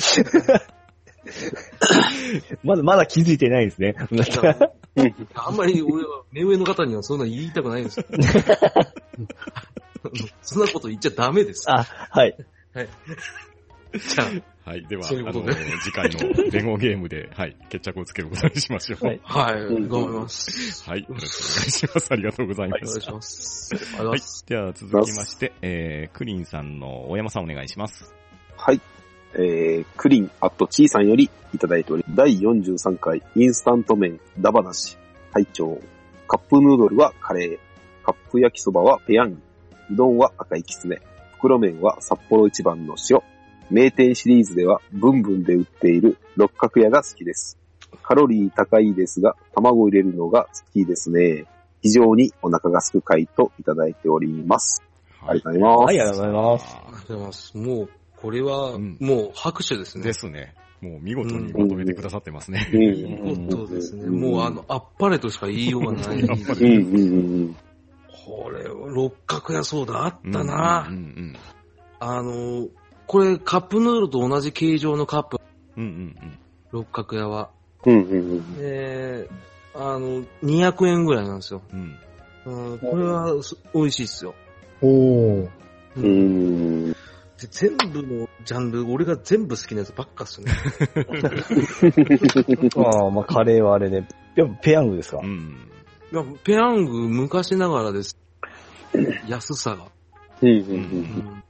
まだ、まだ気づいてないですね。だからあんまり俺は目上の方にはそんな言いたくないんですよ。そんなこと言っちゃダメです。あ、はい。じゃはい。では、そういうあことの、ね次回の伝言ゲームで、はい、決着をつけることにしましょう。はいあ、はい、うん頑張ります。はい。よろしくお願いします。ありがとうございまお願いし。したます。ありがとうござはいいます。。では、続きまして、えー、クリンさんの大山さんお願いします。はい。えー、クリンアットチーさんよりいただいており、第43回インスタント麺ダバナシ、隊長。カップヌードルはカレー。カップ焼きそばはペヤング。うどんは赤いきつね。袋麺は札幌一番の塩。名店シリーズではブンブンで売っている六角屋が好きです。カロリー高いですが、卵入れるのが好きですね。非常にお腹がすく回答いただいております。ありがとうございます。はい、ありがとうございます。ありがとうございます。もう、これは、うんもう拍手ですでね。すね。もう見事にまとめてくださってますね。うん。本当ですね。うんもう、あの、あっぱれとしか言いようがない。やっぱうんりうんうんこれ、六角やそうだ、あっうんたな。うんうんあの、これ、カップヌードルと同じ形状のカップ、うん。うんうん六角屋は。うん。うんうんうん。で、あの、200円ぐらいなんですよ。うん。うんうん、これは、す美味しいですよ。おー。うーん。で全部のジャンル、俺が全部好きなやつばっかっすね。 ああ、まあ、カレーはあれで、やっぱペヤングですかう。ん。いやペヤング、昔ながらです。安さが。うんうんうん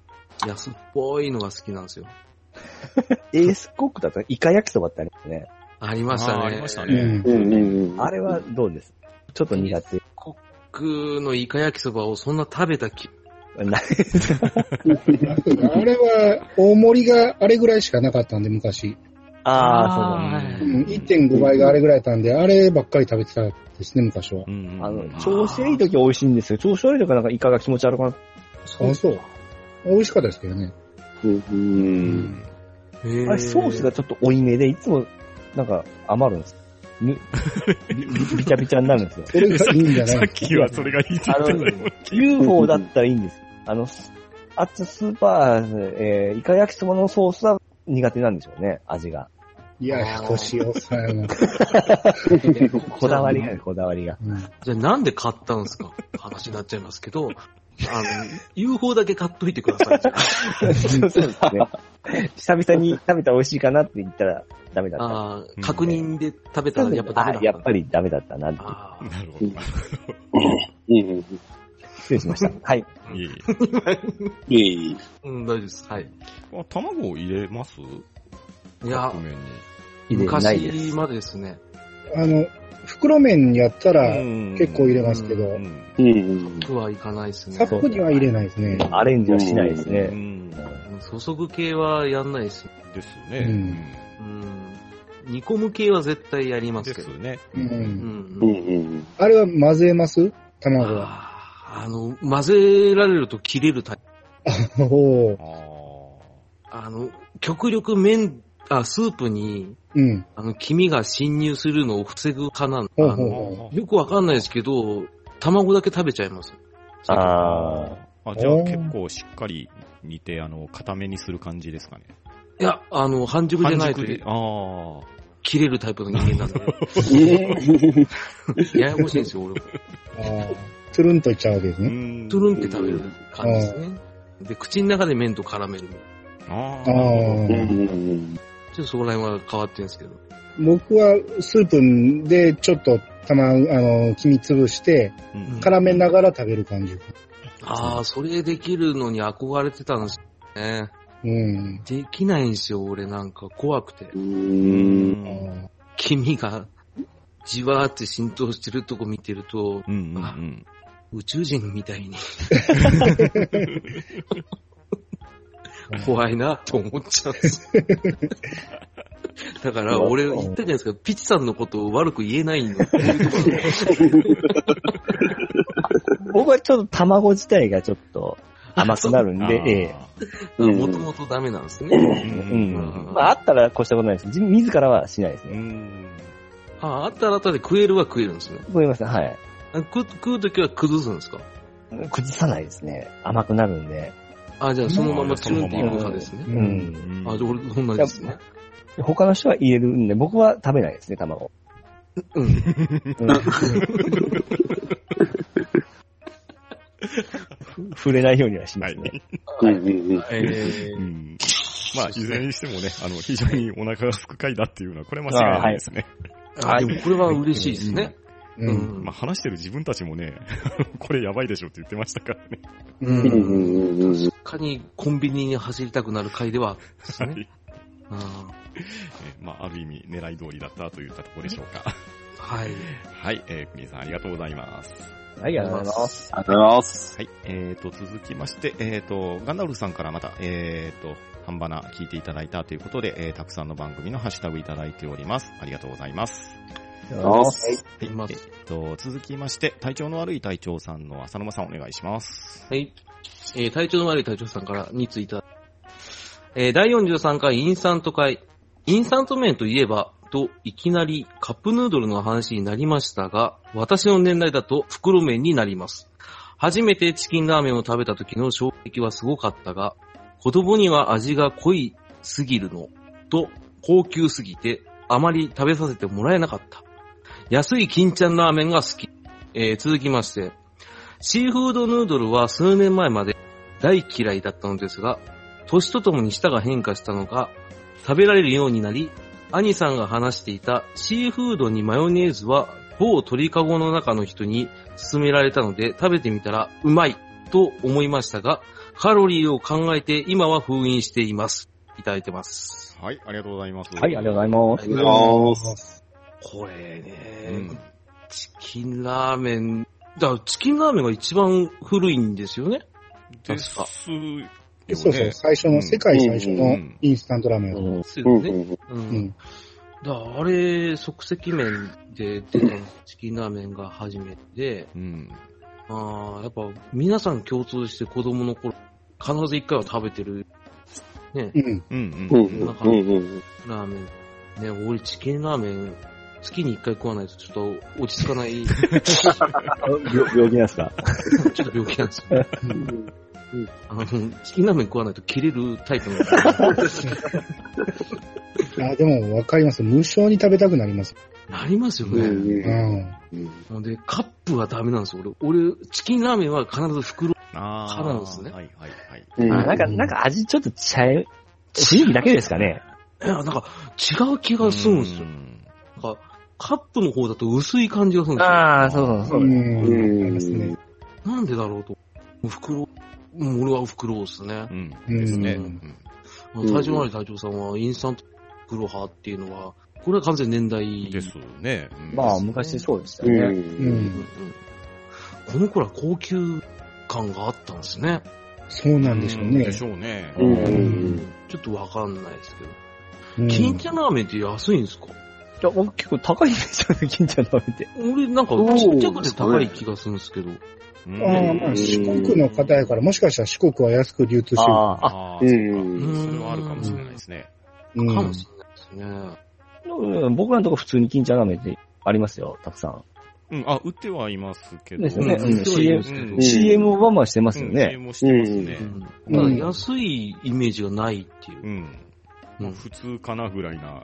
安っぽいのが好きなんですよ。エースコックだったらイカ焼きそばってありますね。ありましたあね。ーありましたうねん。うん。うんうんうん。あれはどうですちょっと苦手。コックのイカ焼きそばをそんな食べたき、 なあれは、大盛りがあれぐらいしかなかったんで、昔。ああ、うあん、1.5倍があれぐらいだったんで、あればっかり食べてたですね、昔はう。んそうんうだ。あうんの、調子いい時は美味しいんですよ。調子悪い時はなんかイカが気持ち悪くなって。あ、そう。美味しかったですけどね。うんうん。うへーあれ、ソースがちょっと多いめで、いつも、なんか余るんです。ぬ、びびちゃびちゃになるんですよ。それがいいんじゃ んさないっきはそれが言いたあい。の、UFO だったらいいんです。あの、すあっちスーパー、えー、イカ焼きそばのソースは苦手なんでしょうね、味が。いや、やこしおさんやな。こだわりが、 こだわりが。うんじゃあなんで買ったんですか話になっちゃいますけど、あの、UFO だけ買っといてください。 そうそうですね。久々に食べたら美味しいかなって言ったらダメだった。あー確認で食べたらやっぱダメだった。あやっぱりダメだったなって。あーなるほど。うんうんうん。失礼しま した。はい。いえいえいえいえ。うん、大丈夫です。はい。あ卵を入れますいやカップ、麺に。入れないです。昔までですね。あの、袋麺やったら結結構入れますけうど、んうんうん僕はいかないですサね。ップには入れないですね。アレンジはしないですうね。ん。注ぐ系はやんないです。ですうね。うん。煮込む系は絶対やりうまんすでけど。すね。ううんん。うん。ううんんうんあれは混ぜます卵は。あーあの、混ぜられると切れるタイ プ。おーああの、極力麺、あ、スープに、うん。あの、黄身が侵入するのを防ぐかなほうあほうの。ほーよくわかんないですけど、卵だけ食べちゃいます。ああ。あ。じゃあ結構しっかり煮て、あの、固めにする感じですかね。いや、あの、半熟で半ないと熟で。ああ。切れるタイプの人間なん で、ややこしいんですよ、俺も。う。あーつるんといっちゃうわけですうね。んトゥルンって食べる感じですね。で、口の中で麺と絡める。ちょあああ。うんーうんっとそこら辺は変わってるんですけど。僕はスープでちょっと卵、あの、黄身潰して、うん絡めながら食べる感じ。ああ、それできるのに憧れてたんですよね。うん。できないんですよ、俺なんか怖くて。うん。あー黄身がじわーって浸透してるとこ見てると、うんうんうん。宇宙人みたいに怖いなと思っちゃうんです。だから俺言ったじゃないですか、ピチさんのことを悪く言えないの。僕はちょっと卵自体がちょっと甘くなるん で、ええ。うんもともとダメなんですえね。ううん。ん。まあ、あったら越したことないです。自自らはしないですうね。ん。ああ、あったらあったで食えるは食えるんですね。ごめんなさい。はい。あ食食うときは崩すんですか崩さないですね。甘くなるんで。あ、じゃあそのままチューンっていうそのまま派ですねう。うんん。あ、じゃあ俺同じですね。他の人は言えるんで、僕は食べないですね、卵。うん。うん触れないようにはしますね。うんうんうん。えーうんまあ、いずれにしてもね、あの、非常にお腹がすく回だっていうのは、これは間違いないですね。あ、でもこれは嬉しいですね。う。うんんまあ、。話してる自分たちもね、 これやばいでしょって言ってましたからね。ううんん。うんうんうん。かにコンビニに走りたくなる回ではあるんですはねい。あえまあ、ある意味、狙い通りだったといったところでしょうか。ーはい。はい、えー、クリーンさんありがとうございます。はい、ありがとうございます。ありがとうございます。はい、えーと、続きまして、えーと、ガンダルフさんからまた、えーと、半ばな聞いていただいたということで、えーたくさんの番組のハッシュタグいただいております。ありがとうございます。りがとうございはまいす。いますえっと、続きまして、体調の悪い隊長さんの浅沼さんお願いします。はい。えー体調の悪い隊長さんからについて。えー第43回インスタント会。インスタント麺といえば、と、いきなりカップヌードルの話になりましたが、私の年代だと袋麺になります。初めてチキンラーメンを食べた時の衝撃はすごかったが、子供には味が濃いすぎるの、と、高級すぎて、あまり食べさせてもらえなかった。安い金ちゃんラーメンが好き。えー続きまして、シーフードヌードルは数年前まで大嫌いだったのですが、年とともに舌が変化したのか、食べられるようになり、兄さんが話していたシーフードにマヨネーズは某鳥かごの中の人に勧められたので食べてみたらうまいと思いましたが、カロリーを考えて今は封印しています。いただいてます。はい、ありがとうございます。はい、ありがとうございます。りがとうございます。これうねん、チキンラーメン、だからチキンラーメンが一番古いんですよね。ですよね。そうそう、最初の、うん世界最初のインスタントラーメン。うんですうんようんね。うんうん。だからあれ、即席麺で出たチキンラーメンが初めてで、うん。あーやっぱ皆さん共通して子供の頃、必ず一回は食べてるうん。うん。ううんん。うんうんうんラーメン。ね、俺チキンラーメン、月に一回食わないとちょっと落ち着か ない、ち病病気なんですかょっと病気なんですよね。あの、チキンラーメン食わないと切れるタイプなんですよあ、でもわかります。無償に食べたくなります。なりますようんね。うん。うんほんで、カップはダメなんですよ。俺、俺、チキンラーメンは必ず袋。あーそうなんですねはいはいはい。うんあなんか、なんか味ちょっとちゃう。地域だけですかね。いや、なんか、違う気がするんですよ。なんか、カップの方だと薄い感じがするんですよ。ああ、そうそううそう。ん。うんわかりますね。なんでだろうと。袋、うん、俺は袋ですね。うん。うんですね。うんうんまあうん体調の悪い隊長さんはインスタント袋派っていうのは、これは完全年代。ですね。うんまあ、昔そうでしたうよね。うんうんうんこの頃は高級感があったんですね。そうなんでしょうねで。しょうね。うんうちょっとわかんないですけど。うん金ちゃんラーメンって安いんですかいや、僕結構高いイメージある、金ちゃん食べて。俺なんかどうちっちゃくて高い気がするんですけど。うんああ、まあ、四国の方やから、もしかしたら四国は安く流通してる。ああ、ああ、うんそっかうんそれはあるかもしれないですね。うんかもしれないですね。うん僕らのとこ普通に金ちゃんラーメンってありますよ、たくさん。うん、あ、売ってはいますけど。ですうよんねうんうんそうなんですけどうんう CM をバンバンしてますよね。もしてますうんね。んただ安いイメージがないっていうう。ん。うまあん普通かなぐらいな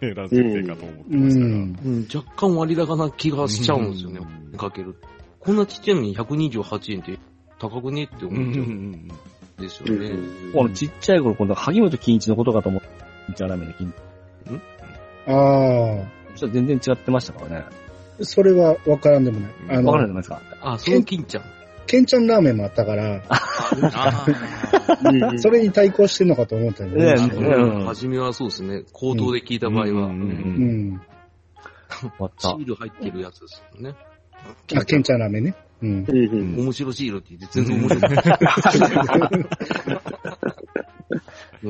ラズベかと思ってうますから。ん。うん、若干割高な気がしちゃうんですよね、うんかける。こんなちっちゃいのに128円って高くねってうんうん思っうちゃうんんですうよね。んこのちっちゃい頃、今度、萩本欽一のことかと思って、金ちゃんラーメンで金。ちあょっと全然違ってましたからね。あ、それはわからんでもない。あわからないの、じゃないですか。あ、その金ちゃん。ケンちゃんラーメンもあったから、あ ーうんそれに対抗してんのかと思ったよね。ねうん初めはそうですね。口頭で聞いた場合は、うんううんん。終わっシた。ール入ってるやつですよね。あ、ケンちゃんラーメンね。うん。うんうん面白シールって言って全然面白くない。 ね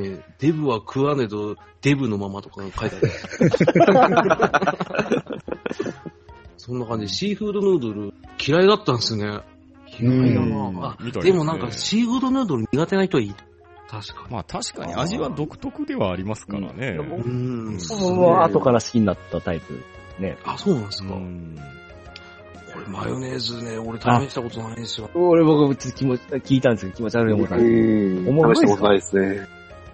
えデブは食わねど、デブのままとか書いてある。そんな感じで、シーフードヌードル嫌いだったんですね。嫌いだなあみたいですねでもなんかシーフードヌードル苦手な人はいい。確かに。まあ確かに味は独特ではありますからね。うんうーん。僕も後から好きになったタイプ。ね。あ、そうなんですうか。んこれマヨネーズね、俺試したことないんですよ。俺、僕、気持ち、聞いたんですけど、気持ち悪い思ったんですうん。思わない試したことないですね。い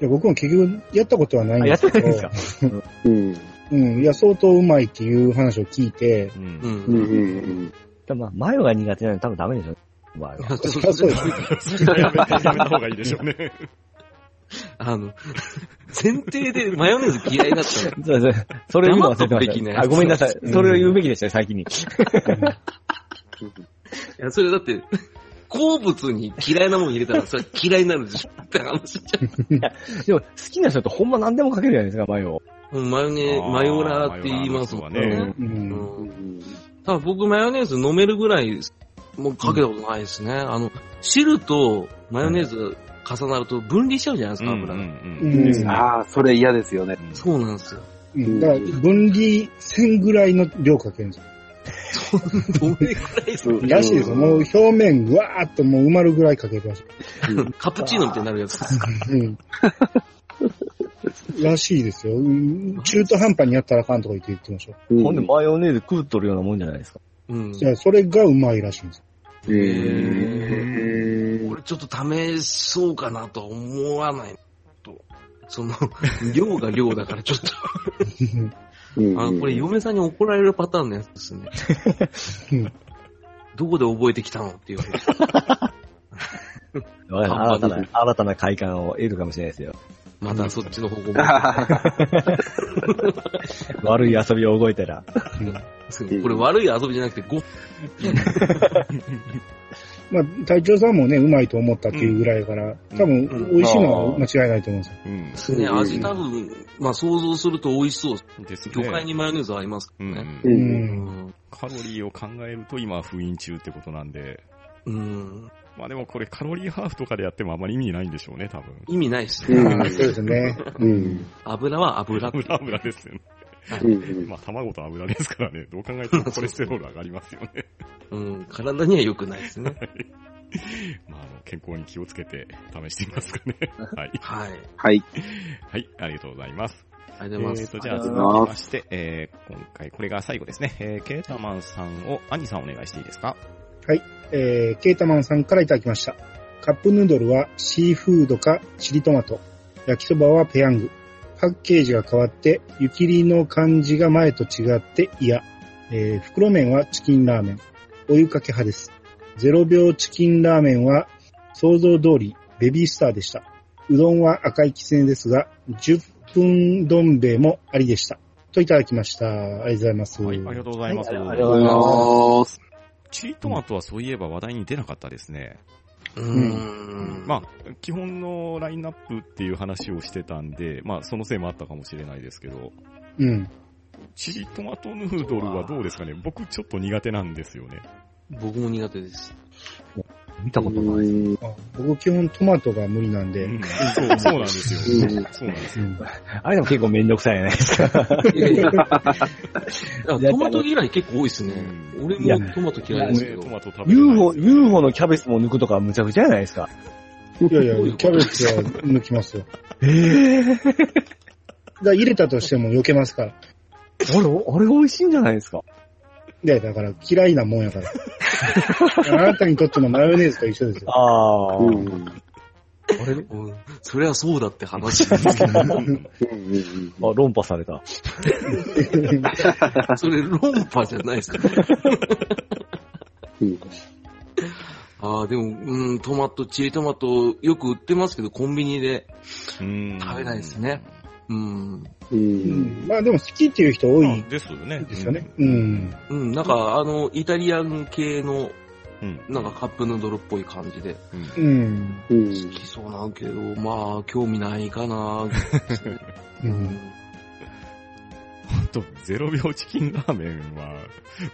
や僕も結局やったことはないんあ、やでってすなけいんど、ですかうん。うん、いや、相当うまいっていう話を聞いて、う。うんん。 うんうん多分、マヨが苦手なの多分ダメでしょ。マヨは。そりゃそうですね。それはや めてやめた方がいいでしょうね。あの、 前提でマヨネーズ嫌いだったの。そうですね。それを言うの忘れて黙っとくまべきしねた。あ、ごめんなさい。うんそれを言うべきでしたね、最近に。いや、それだって、好物に嫌いなもん入れ たら、それ嫌いになるでしょって話じでも、好きな人ってほんま何でもかけるじゃないですか、マヨを。ゃん。うんマヨネあー、ーマヨラーって言いますもんマヨラーのう。ね人はね。うんうんん。ただ僕、マヨネーズ飲めるぐらい、もうかけたことないですね。あの、汁とマヨネーズ重なると分離しちゃうじゃないですか、うんう油が。んううんん。ああ、それ嫌ですよね。そうなんですよ。うん。だから、分離線ぐらいの量かけるんですよ。どれくらいですうんらしいですよ。もう表面、ぐわーっともう埋まるぐらいかけるらしい。カプチーノみたいになるやつですかうん。らしいですよ。うん中途半端にやったらあかんとか言って言ってました。うんほんで、マヨネーズ食うとるようなもんじゃないですか。うん。いやそれがうまいらしいんですへー俺ちょっと試そうかなとは思わないと。その、量が量だからちょっと。うんあの、これ嫁さんに怒られるパターンのやつですね。どこで覚えてきたのっていう。新たな、新たな快感を得るかもしれないですよ。 またそっちの方向も。悪い遊びを覚えたら。これ悪い遊びじゃなくて、ご、まあ、隊長さんもね、うまいと思ったっていうぐらいだから、多分、美味しいのは間違いないと思うんですうよ。ん。ね、うん味多分、まあ想像すると美味しそうです。ですね。魚介にマヨネーズ合いますかうらんうね。んう。。うんん。カロリーを考えると今封印中ってことなんで、うん。まあでもこれカロリーハーフとかでやってもあまり意味ないんでしょうね、多分。意味ないしうね。ん。 そうですね。うん。油は油って。油油ですよね。うん。まあ卵と油ですからね、どう考えてもコレステロール上がりますよね。うん。体には良くないですね。まああの、健康に気をつけて試してみますかね。はい。はい。はい。はい、ありがとうございます。ありがえとうございーますと、。じゃあ続きまして、えー、今回、これが最後ですね。えー、ケータマンさんを、アニさんお願いしていいですかえー、ケータマンさんからいただきました。カップヌードルはシーフードかチリトマト。焼きそばはペヤング。パッケージが変わって、湯切りの感じが前と違って嫌。えー、袋麺はチキンラーメン。お湯かけ派です。0秒チキンラーメンは想像通りベビースターでした。うどんは赤いきつねですが、10分どん兵衛もありでした。といただきました。ありがとうございます。はい、ありがとうございます。はいありがとうございますおはようございます。チリトマトはそういえば話題に出なかったですね。うん。まあ、基本のラインナップっていう話をしてたんで、まあ、そのせいもあったかもしれないですけど、うん。チリトマトヌードルはどうですかね僕ちょっと苦手なんですよね。僕も苦手です。見たことない。うんあ僕基本トマトが無理なんで、うんそう、そうなんですよ。そうなんですよ。あれでも結構めんどくさいよね。いやいやあトマト嫌い結構多いですね。うん俺いやもトマト嫌いですけ俺、どト。マト食べれない UFO、UFO のキャベツも抜くとかむちゃくちゃじゃないですか。いやいや、キャベツは抜きますよ。だから入れたとしても避けますから。あれ、あれ美味しいんじゃないですか。で、だから嫌いなもんやから。 あなたにとってのマヨネーズと一緒ですよ。ああ、うん。あれうんそれはそうだって話 なんですけど、うんあ、論破された。それ論破じゃないですか。うんああ、でも、うん、トマト、チリトマト、よく売ってますけど、コンビニで。うん食べないですね。うん。ううんんまあでも好きっていう人多いあですよね。ですよね。うん。うん、なんか、あの、イタリアン系の、うん。なんかカップヌードルっぽい感じで。うん。うん。うん好きそうなんけど、まあ、興味ないかな。う。うんんあと、0秒チキンラーメンは、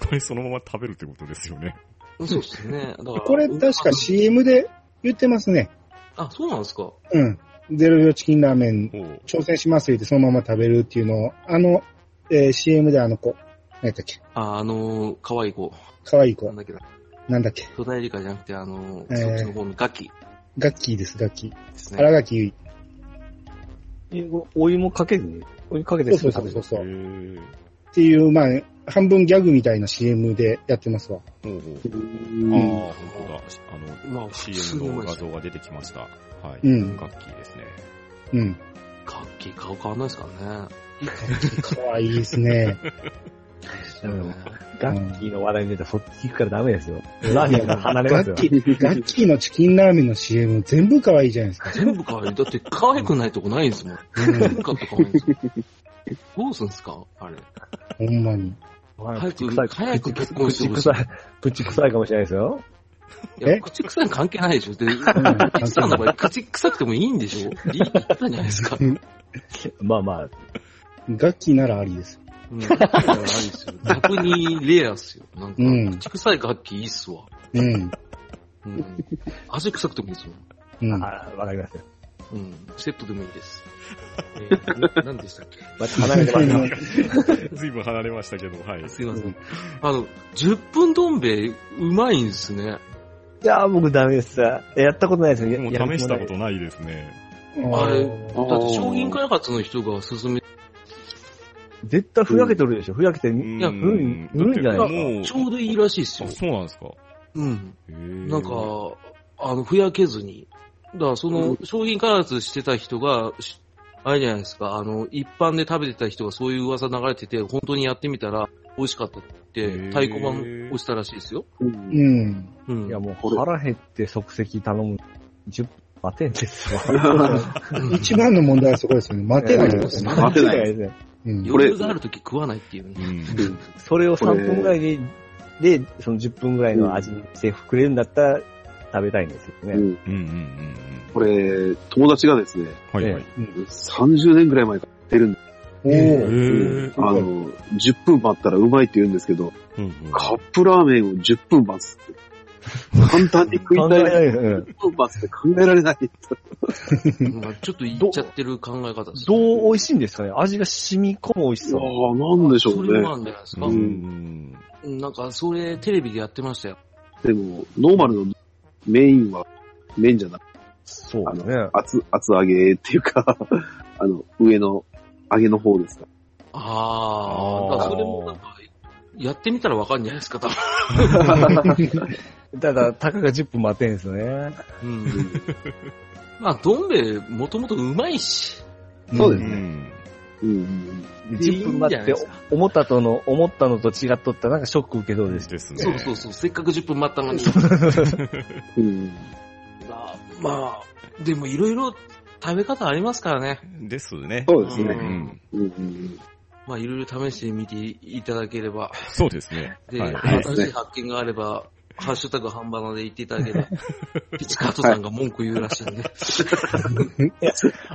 これそのまま食べるってことですよね。そうですね。だからこれ確か CM で言ってますね。あ、そうなんですか。うん。ゼロ秒チキンラーメンおう挑戦しますってそのまま食べるっていうのを、あの、えー CM であの子、何やったっけあ、あのー、可愛い子。可愛いな子ん、だっけな。なんだっけ巨大理科じゃなくて、あのー、えーそっちの方のガキガッキーです、ガッキー。です荒ね。垣結えお湯もかけずお湯かけて衣。そうそうそううそう。へっていう、まあ、半分ギャグみたいな CM でやってますわ。ーおうおううんああ、本当だ。あの、まあ、普通 CM にうのまいで画す。像が出てきました。はい。うん楽器ですね。 うん。ガキ顔変わんないですからね。かわいいですね。 んガッキーの話題に出たらそっち行くからダメですよ。ラーメンから離れまガすッよ。キー、ガッキーのチキンラーメンの CM 全部かわいいじゃないですか。全部可愛い。だって可愛くないとこないんですもん。全部可愛いんですもん。どうすんすかあれ。ほんまに。早く臭い早く結婚してほしい口臭い、口臭いかもしれないですよ。いや、え口臭いの関係ないでしょ。で、関係ないさんの場合、口臭くてもいいんでしょいい言ったんじゃないですか。まあまあ、ガッキーならありです。うん。だからあれですよ逆にレアっすよ。なんかうん、口臭い楽器いいっすわ。うん。うん。味臭くてもいいっすよ。うん。あわかりますよ。うん。セットでもいいです。えー、な何でしたっけまた離れてます ね。随分離れましたけど、はい。すいません。あの、10分どん兵衛、うまいんですね。いやー、僕ダメです。やったことないですね。もうやる試気しもなたいことないですね。あれ、だあーって商品開発の人が勧め、絶対ふやけとるでしょ。ふやけて、うんいや、古い、古いんじゃないでもうちょうどいいらしいですよあ。そうなんですか。うん。へななんか、あの、ふやけずに。だから、その、商品開発してた人が、しあれじゃないですか、あの、一般で食べてた人がそういう噂流れてて、本当にやってみたら、美味しかったってへー、太鼓判押したらしいですよ。うんうん。うん。すか。いや、もう腹減って即席頼む。10分待てんです わ。うん一番の問題はそこですよね。待てないで すね。待てない。ですね。う ん余裕があるとき食わないっていう ね。うん。それを3分ぐらいで、で、その10分ぐらいの味にしてくれるんだったら食べたいんですようね。んうんうんうんこれ、友達がですね、うん。はいはい。 30年ぐらい前からやってるんでおへーーあの、10分待ったらうまいって言うんですけど、うんうんカップラーメンを10分待つって。簡単に食い考たえい。られな10いうん分待つって考えられない。まあちょっと言っちゃってる考え方です。どう美味しいんですかね味が染み込む美味しあさ。あ、なんでしょそうれねもあ。るんじゃないですかうんう。んなんか、それ、テレビでやってましたよ。でも、ノーマルのメインは、麺じゃなくて、そうあですのね。、厚、厚揚げっていうか、 あの、上の揚げの方 ですか。ああーあ、だからそれもなんか、やってみたらわかるんじゃないですか、多分。ただ、たかが10分待てんですよね。うん。まあ、どん兵衛、もともとうまいし。そうでうすん。ね。うんうん10分待っいいてんじゃないですか、思ったとの、思ったのと違っとったらなんかショック受けそうです。ですね。そうそうそう、せっかく10分待ったのに。うん。うんまあまあ、でもいろいろ食べ方ありますからね。ですね。そうですうね。ん。うんうんまあ、いろいろ試してみていただければ。そうですね。で、はいはい。新しい発見があれば、ハッシュタグ半ばなで言っていただければ、ピチカートさんが文句言うらしいんで。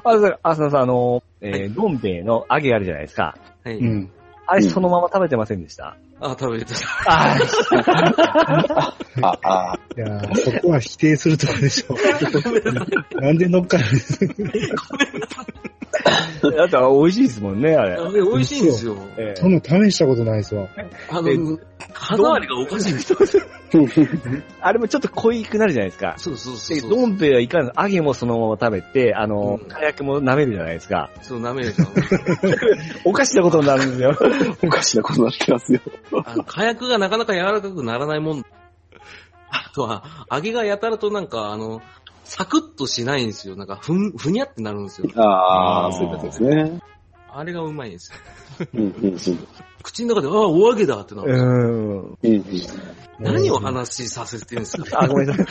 あ、だから、あささん、あの、えー、どん兵衛の揚げあるじゃないですか。はうい。ん。あうれんそのまま食べてません でした。あ、食べれた。あーあ、あ、いやーそこは否定するとこ でしょ。なんで乗っかるんですかだって美味しいですもんね、あれ。あれ美味しいんですよ。えーそんなの試したことないですわ。あえの、歯触りがおかしいんですよ。あれもちょっと濃いくなるじゃないですか。そうそうそうで、そう。どん兵衛はいかん、揚げもそのまま食べて、あのう、んかやきも舐めるじゃないですか。そう、舐める人。 おかしなことになるんですよ。おかしなことになってますよ。あの、火薬がなかなか柔らかくならないもん。あとは、揚げがやたらとなんか、あの、サクッとしないんですよ。なんか、ふん、ふにゃってなるんですよ。ああーあ、そういうことですね。あれがうまいんですよ。うんうん口の中で、ああ、お揚げだってなる。うん。うんうんうん。何を話しさせてるんですか あ、ごめんなさ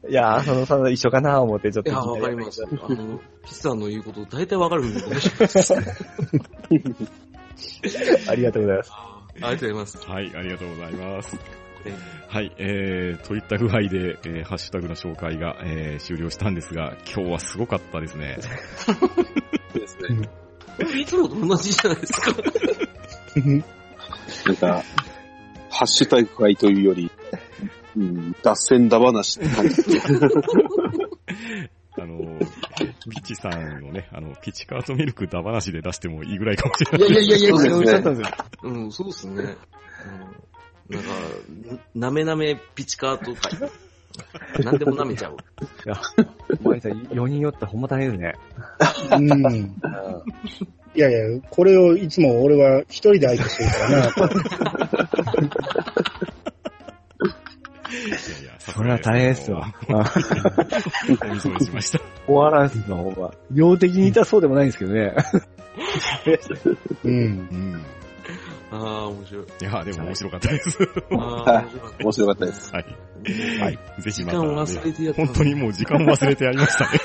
い。いやー、その、その、一緒かな思って、ちょっいと。や、わかります。あの、ピッさんの言うこと、大体わかるんで、す。ありがとうございます。ありがとうございます。はい、ありがとうございます。えはい、えー、といった具合で、えーハッシュタグの紹介が、えー終了したんですが、今日はすごかったですね。そうですね。ーいつもと同じじゃないですか。なんか、ハッシュタグ会というより、うん、脱線だ話って感じ。あのー、ピチさんのね、あの、ピチカートミルクだ話で出してもいいぐらいかもしれないいやいやいやいや、そう違うですねちょっとですようん、そうですね。うん、なんか、なめなめピチカーとか、 なんでもなめちゃう。お前さん、4人寄ったらほんま大変ですね。うん。いやいや、これをいつも俺は一人で相手してるからな。いやいや、さすそがれはに大変です わ。あお見それしました。 終わらんっすわ、ほんま。量的にいたらそうでもないんですけどね。うん。うん。ああ、面白い。いや、でも面白かったです。ああ、面白かった。面白かったです。はい。は。はいい。ぜひ時また、間を忘れね、てやった。本当に。もう時間を忘れてやり ましたね。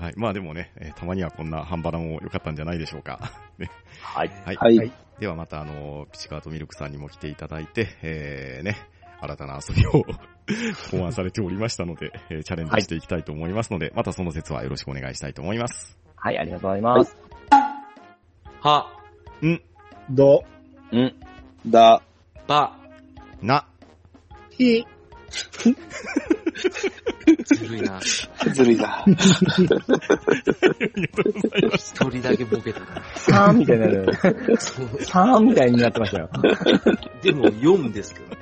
はい。まあでもね、えーたまにはこんな半ばなも良かったんじゃないでしょうか。 はい。はい。はい。はいではまた、あのー、ピチカートミルクさんにも来ていただいて、えー、ね、新たな遊びを 考案されておりましたので、えーチャレンジしていきたいと思いますので、またその説はよろしくお願いしたいと思います。はい、ありがとうございます。は、ど、うん。だ、ば、な、ひ、ずるいな。ずるいな。一人だけボケたな。さーみたいになる。そうさーみたいになってましたよ。でも、読むですけどね。